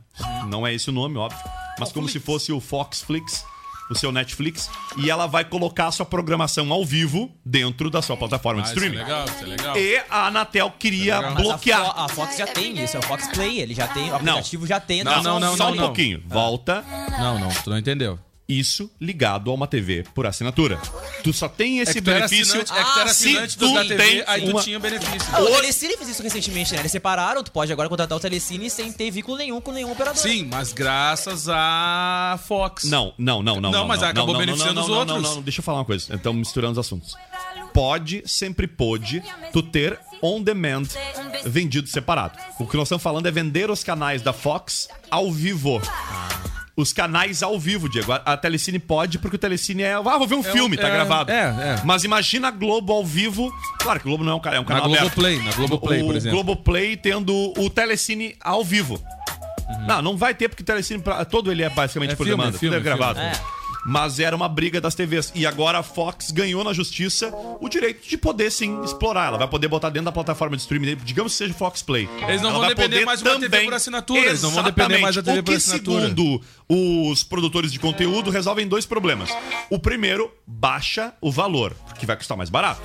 Não é esse o nome, óbvio. Mas como se fosse o Foxflix, o seu Netflix. E ela vai colocar a sua programação ao vivo dentro da sua plataforma Ah, de isso é streaming. legal, isso é legal. E a Anatel queria Mas bloquear. A, Fo- a Fox já tem isso, é o Fox Play, ele já tem, o aplicativo já tem. tá? Não, não, não, só não, um pouquinho. Volta. Não, não, tu não entendeu. Isso ligado a uma TV por assinatura. Tu só tem esse É que tu era benefício assinante- é que tu era assinante se do- ah, tu da TV, tem aí tu uma... tinha o benefício. Ah, o Telecine fez isso recentemente, né? Eles separaram, tu pode agora contratar o Telecine sem ter vínculo nenhum com nenhum operador. Sim, mas graças à Fox. Não, não, não, não. Não, mas acabou não, não, beneficiando não, os não, Não, outros. não, não, deixa eu falar uma coisa. Então, misturando os assuntos. Pode, sempre pôde, tu ter on demand vendido separado. O que nós estamos falando é vender os canais da Fox ao vivo. Os canais ao vivo, Diego. A, a Telecine pode, porque o Telecine é. Ah, vou ver um É um- filme, tá é, gravado. é, é. Mas imagina a Globo ao vivo. Claro que o Globo não é um canal, é um Na canal aberto. Globoplay, na Globoplay, o por exemplo. Globoplay tendo o Telecine ao vivo. Não, não vai ter, porque o Telecine, pra- todo ele é basicamente Uhum. É por filme, demanda, é filme, tudo é é gravado. filme. É. Mas era uma briga das TVs. E agora a Fox ganhou na justiça o direito de poder sim explorar. Ela vai poder botar dentro da plataforma de streaming dele, digamos que seja Fox Play. Eles Ela não vão vai depender poder mais de uma TV também- por assinatura, eles não vão depender mais da Exatamente. TV por O que, assinatura. Segundo os produtores de conteúdo, resolvem dois problemas. O primeiro, baixa o valor, porque vai custar mais barato.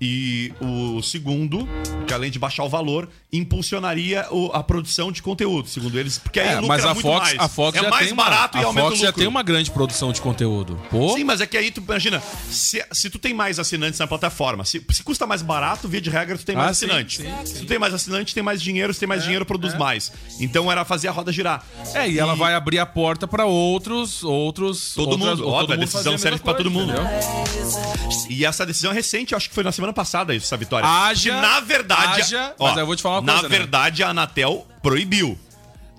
E o segundo, que além de baixar o valor, impulsionaria o- a produção de conteúdo, segundo eles, porque aí É, lucra mas a muito Fox, mais. a Fox é já mais tem uma, barato e a aumenta Fox o já lucro. tem uma grande produção de conteúdo. Pô, Sim, mas é que aí tu imagina, se, se tu tem mais assinantes na plataforma, se, se custa mais barato, via de regra, tu tem mais Ah, sim, assinante. sim, Se tu tem mais assinante, tem mais dinheiro, se tem mais dinheiro, produz mais. Então era fazer a roda girar. É, e ela vai abrir a porta pra outros, outros, Todo outras- mundo, todo óbvio, a mundo fazer decisão mesma serve pra coisa, todo mundo. entendeu? E essa decisão é recente, acho que foi na semana passada isso, essa vitória. Haja- Que, na verdade, haja- mas eu vou te falar uma Na coisa, né? verdade, a Anatel proibiu.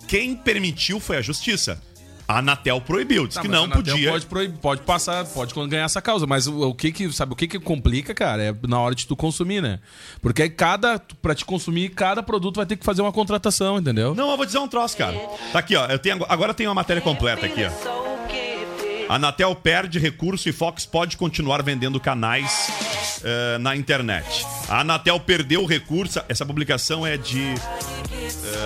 Quem permitiu foi a justiça. A Anatel proibiu, disse Tá, que mas a não Anatel podia. Pode, proib- pode passar, pode ganhar essa causa, mas o, o que que, sabe, o que que complica, cara, é na hora de tu consumir, né? Porque aí cada, pra te consumir, cada produto vai ter que fazer uma contratação, entendeu? Não, eu vou dizer um troço, cara. Tá aqui, ó. Eu tenho, agora tem uma matéria completa aqui, ó. Anatel perde recurso e Fox pode continuar vendendo canais eh, na internet. A Anatel perdeu o recurso. Essa publicação é de.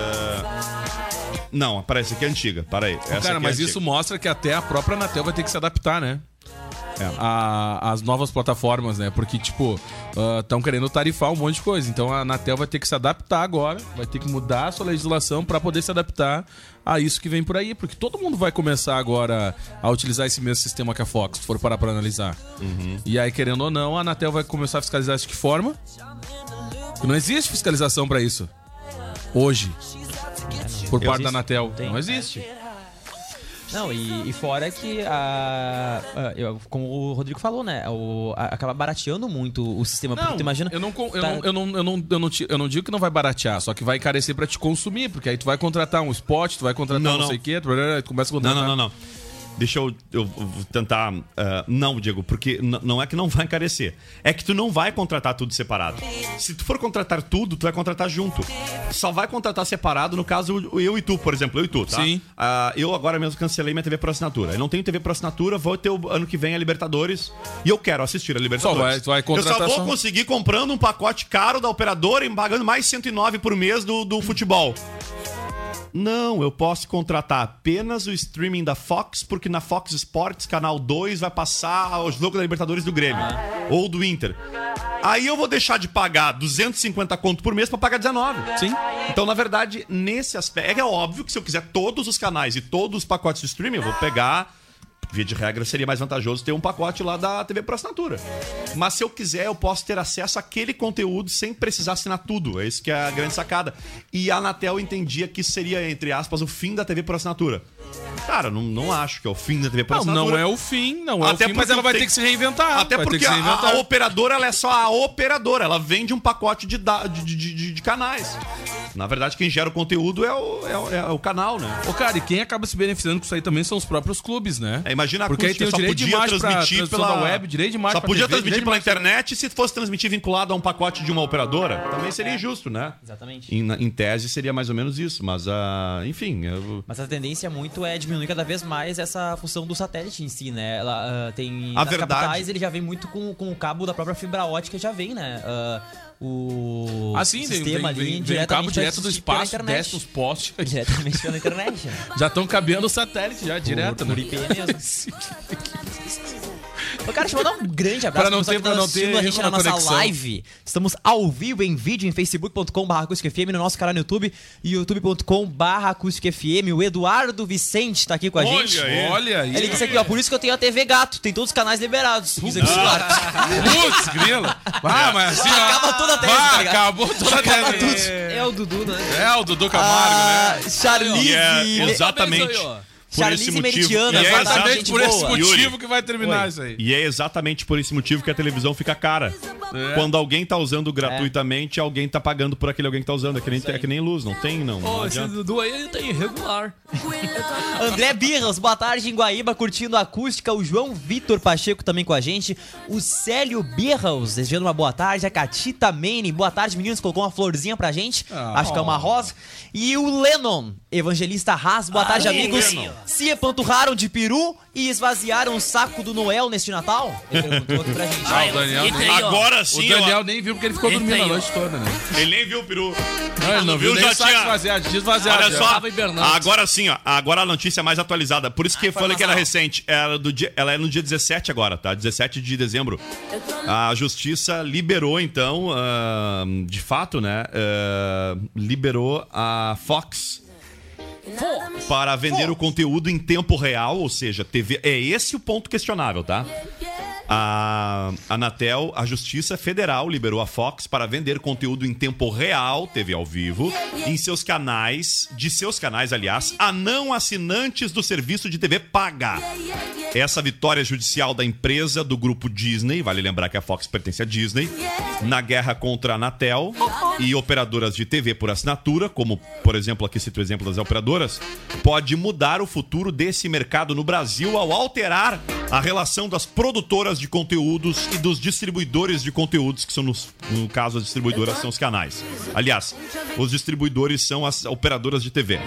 eh, não, peraí, essa aqui é antiga. Peraí. Essa aqui cara, é mas antiga. isso mostra que até a própria Anatel vai ter que se adaptar, né? A- As novas plataformas, né? Porque, tipo, estão querendo tarifar um monte de coisa. Então a Anatel vai ter que se adaptar agora, vai ter que mudar a sua legislação pra poder se adaptar a isso que vem por aí. Porque todo mundo vai começar agora a utilizar esse mesmo sistema que a Fox, se for parar pra analisar. E aí, querendo ou não, a Anatel vai começar a fiscalizar de que forma? Porque Não existe fiscalização pra isso. Hoje. Por Eu parte existe. da Anatel. Tem. Não existe. Não, e, e fora que a, a- eu- como o Rodrigo falou, né? O, a- acaba barateando muito o sistema. porque tu imagina. Eu não, con- eu, tá- não, eu, não, eu, não, eu, não te- eu não digo que não vai baratear, só que vai encarecer pra te consumir, porque aí tu vai contratar um spot, tu vai contratar Não, não, não. sei o quê, tu tu começa a Não, contratar. não, não, não. Deixa eu, eu vou tentar. ah, não, Diego, porque n- não é que não vai encarecer. É que tu não vai contratar tudo separado. Se tu for contratar tudo, tu vai contratar junto. Só vai contratar separado, no caso, eu e tu, por exemplo, eu e tu, tá? Sim. Ah, eu agora mesmo cancelei minha TV por assinatura. Eu não tenho TV por assinatura, vou ter o ano que vem a Libertadores e eu quero assistir a Libertadores. vai- tu vai contratar eu só só- vou conseguir comprando um pacote caro da operadora e pagando mais 109 por mês do, do futebol. Não, eu posso contratar apenas o streaming da Fox, porque na Fox Sports, canal 2, vai passar os jogos da Libertadores do Grêmio ou do Inter. Aí eu vou deixar de pagar 250 conto por mês pra pagar 19. Sim. Então, na verdade, nesse aspecto. É que é óbvio que se eu quiser todos os canais e todos os pacotes de streaming, eu vou pegar Via de regra, seria mais vantajoso ter um pacote lá da TV por assinatura. Mas se eu quiser, eu posso ter acesso àquele conteúdo sem precisar assinar tudo. É isso que é a grande sacada. E a Anatel entendia que isso seria, entre aspas, o fim da TV por assinatura. Cara, não, não acho que é o fim da TV por Não, assinatura. não é o fim, não é o fim, mas porque ela vai tem- ter que se reinventar. Até vai ter porque que se a- a, reinventar. operadora ela é só a operadora, ela vende um pacote de, da- de, de- de- de canais. Na verdade, quem gera o conteúdo é o, é o- é o canal, né? Ô, cara, e quem acaba se beneficiando com isso aí também são os próprios clubes, né? É, imagina a Porque aí acústica, tem o só direito de podia imagem pra transmitir transmissão pela da web, direito de imagem Só pra podia TV, transmitir direito pela internet se fosse transmitir vinculado a um pacote de uma operadora. Também seria injusto, né? Exatamente. Em, em tese seria mais ou menos isso, mas ah, enfim. eu- Mas a tendência muito é diminuir cada vez mais essa função do satélite em si, né? Ela ah, tem A nas verdade- capitais ele já vem muito com, com o cabo da própria fibra ótica já vem, né? Ah, o Ah, sim, tem- Assim, sistema tem- ali vem- vem diretamente cabo direto do pela espaço, internet. desce os postes. diretamente pela internet. né? Já estão cabendo o satélite já direto, por né? IP mesmo. Ô, cara, deixa eu mandar um grande abraço Pra não pro pessoal ter- que pra tá não assistindo ter a gente na nossa conexão. live. Estamos ao vivo em vídeo em facebook.com.br no nosso canal no YouTube e youtube.com.br O Eduardo Vicente tá aqui com a Olha gente. aí. Olha aí. Ele disse aqui, ó, por isso que eu tenho a TV Gato, tem todos os canais liberados. Diz Ah, aqui, Putz, grila. Ah, mas assim, ó. Acaba toda a tese, Ah, tá ligado? acabou toda a Acaba tese. tudo. É, É o Dudu, né? é o Dudu Camargo, Ah, né? Charlize. E é Ele- exatamente. Parabéns aí, ó. por Charlize esse motivo- Meridiana, E é exatamente exatamente por esse boa. motivo Yuri. que vai terminar Oi. isso aí. E é exatamente por esse motivo que a televisão fica cara. É. Quando alguém tá usando gratuitamente, alguém tá pagando por aquele alguém que tá usando. É que nem, é que nem luz, não tem, não. não Ô, esse adianta. Dudu aí ele tá irregular. André Birras, boa tarde em Guaíba, curtindo a acústica. O João Vitor Pacheco também com a gente. O Célio Birras, desejando uma boa tarde. A Catita Mene, boa tarde, meninos. Colocou uma florzinha pra gente. Ah. Acho que é uma rosa. E o Lennon, evangelista Haas, boa tarde, Ah, amigos. Lennon. Se empanturraram de peru e esvaziaram o saco do Noel neste Natal? Ele perguntou aqui pra gente. Ah, o Daniel Entra nem- aí, ó. Agora sim, O Daniel assim, ó. nem viu porque ele ficou Entra dormindo a aí, ó. noite toda, né? Ele nem viu o peru. Não, ele não viu, nem sabe esvaziar, desvaziar. Olha já. só, Tava hibernando. agora sim, ó, agora a notícia mais atualizada. Por isso que eu falei que era recente. Era do dia, ela é no dia 17 agora, tá? 17 de dezembro. A justiça liberou, então, ah, de fato, né? ah, liberou a Fox para vender o conteúdo em tempo real, ou seja, TV. É esse o ponto questionável, tá? A Anatel, a Justiça Federal, liberou a Fox para vender conteúdo em tempo real, TV ao vivo, em seus canais, de seus canais, aliás, a não assinantes do serviço de TV paga. Essa vitória judicial da empresa do grupo Disney, vale lembrar que a Fox pertence à Disney, na guerra contra a Anatel e operadoras de TV por assinatura, como, por exemplo, aqui cito o exemplo das operadoras, pode mudar o futuro desse mercado no Brasil ao alterar a relação das produtoras de conteúdos e dos distribuidores de conteúdos, que são, nos- no caso, as distribuidoras são os canais. Aliás, os distribuidores são as operadoras de TV.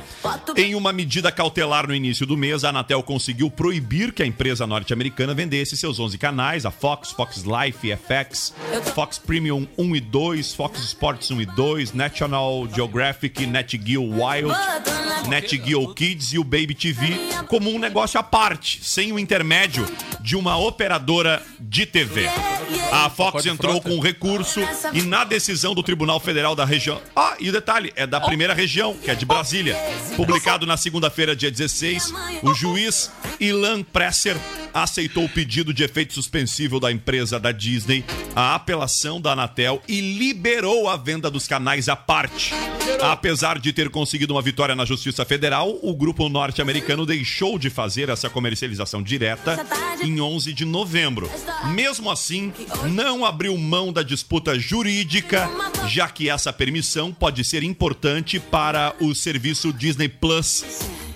Em uma medida cautelar no início do mês, a Anatel conseguiu proibir que a empresa norte-americana vendesse seus 11 canais, a Fox, Fox Life, FX, Fox Premium 1 e 2, Fox Sports 1 e 2, National Geographic, NetGeo Wild, NetGeo Kids e o Baby TV como um negócio à parte, sem o intermédio de uma operadora de TV. A Fox entrou com um recurso e na decisão do Tribunal Federal da região. Ah, e o detalhe é da primeira região, que é de Brasília. Publicado na segunda-feira, dia 16, o juiz Ilan Presser aceitou o pedido de efeito suspensível da empresa da Disney, a apelação da Anatel e liberou a venda dos canais à parte. Apesar de ter conseguido uma vitória na Justiça Federal, o grupo norte-americano deixou de fazer essa comercialização direta em 11 de novembro. Mesmo assim, não abriu mão da disputa jurídica, já que essa permissão pode ser importante para o serviço Disney Plus,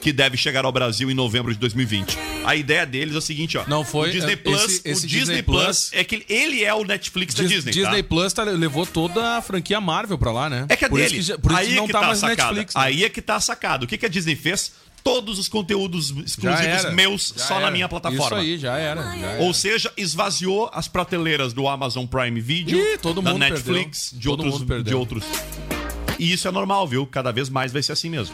que deve chegar ao Brasil em novembro de 2020. A ideia deles é o seguinte, ó. Não foi, o Disney eh, Plus, esse- esse o Disney Disney Plus Plus é que ele é o Netflix da Dis- Disney, tá? Disney Plus tá- levou toda a franquia Marvel pra lá, né? É que é por dele. Isso que, já- por isso Aí que não é que tá, tá a mais sacada. Netflix. Aí é que tá sacado. O que, que a Disney fez? Todos os conteúdos exclusivos era. meus Já só na era. minha plataforma. Isso aí, já era, Ah, já é? era. Ou seja, esvaziou as prateleiras do Amazon Prime Video, Ih, todo da mundo Netflix, perdeu. de Todo outros, mundo perdeu. de outros. E isso é normal, viu? Cada vez mais vai ser assim mesmo.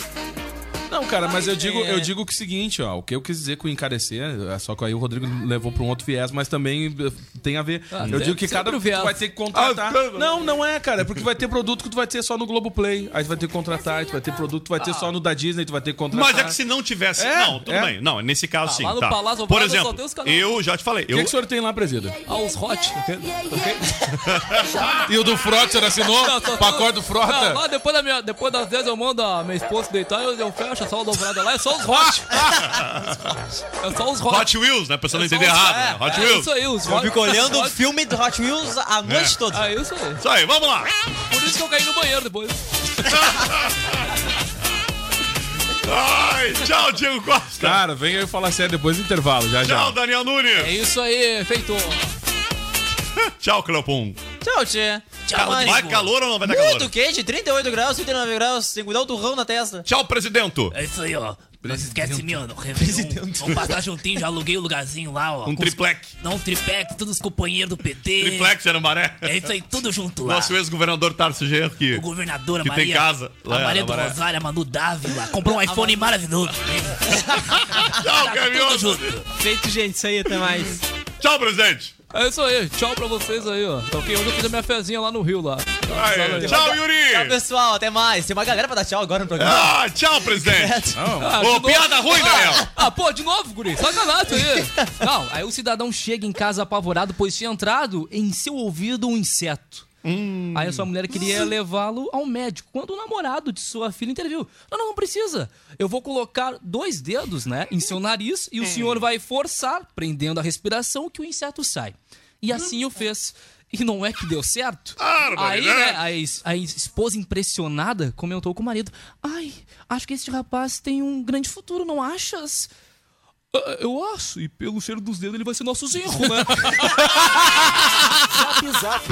Não, cara, mas eu Ai, digo, é. eu digo que é o seguinte, ó, o que eu quis dizer com encarecer, é só que aí o Rodrigo levou pra um outro viés, mas também eh, tem a ver. Ah, eu é digo que cada sempre o tu viés. vai ter que contratar. Ah, cara. não, não é, cara, é porque vai ter produto que tu vai ter só no Globoplay, aí tu vai ter que contratar, aí tu vai ter produto que tu vai ter só no da Disney, tu vai ter que contratar. Mas é que se não tivesse. É, não, tudo é. bem. Não, nesse caso Ah, sim. lá no tá. Palácio Por Alvorada só exemplo, tem os canais. eu já te falei. O que, é eu... que o senhor tem lá, presida? Ah, os hot. E o do Frota, o senhor assinou? Não, só- Pacote do Frota? Não, Ah, lá depois, da minha, depois das 10 eu mando a minha esposa deitar, eu, eu fecho só o dobrado lá, é só os hot. é só os hot. Hot Wheels, né? A pessoa não É só entender os- errado. é, né? Hot é Wheels. isso aí, os Eu Hot- fico olhando os o Hot- filme do Hot Wheels a noite toda. É isso aí. Isso aí, vamos lá. Por isso que eu caí no banheiro depois. Ai, tchau, Diego Costa. Cara, vem aí falar sério depois do intervalo, já já. Tchau, Daniel Nunes. É isso aí, feito. Tchau, Cleopum. Tchau, tchê. Tá Tchau, Mari. vai calor ou não vai dar Muito calor? quente, 38 graus, 39 graus, tem que dar o turrão na testa. Tchau, presidente. É isso aí, ó. Não esquece, meu. No Réveillon, vamos um- passar juntinho, já aluguei o lugarzinho lá, ó. Um Com os- triplex. Não, um triplex, todos os companheiros do PT. Triplex, era Maré. É isso aí, tudo junto lá. Nosso ex-governador Tarso Gerro que, O governador, a que Maria. tem casa. A Maria do Maré. Rosário, a Manu Dávila. Comprou um iPhone maravilhoso. Tchau, caminhoso. Feito, gente, isso aí, até mais. Tchau, presidente. É isso aí, tchau pra vocês aí, ó. Tá ok, hoje eu fiz a minha fezinha lá no Rio, lá. Tchau, Yuri. Tchau, pessoal. Até mais. Tem uma galera pra dar tchau agora no programa. Ah, tchau, presidente. Ah, de Ô, novo. piada ruim, Ah, Daniel. Ah, pô, de novo, guri. Sacanagem isso aí. Não, aí o cidadão chega em casa apavorado, pois tinha entrado em seu ouvido um inseto. Aí a sua mulher queria levá-lo ao médico, quando o namorado de sua filha interviu. Não, não, não precisa. Eu vou colocar dois dedos, né, em seu nariz e o senhor vai forçar, prendendo a respiração, que o inseto sai. E assim o fez. E não é que deu certo? Aí, né, a, es- a esposa impressionada comentou com o marido: Ai, acho que esse rapaz tem um grande futuro, não achas? "Ah, Eu acho, e pelo cheiro dos dedos ele vai ser nosso genro, né? Zap Zap.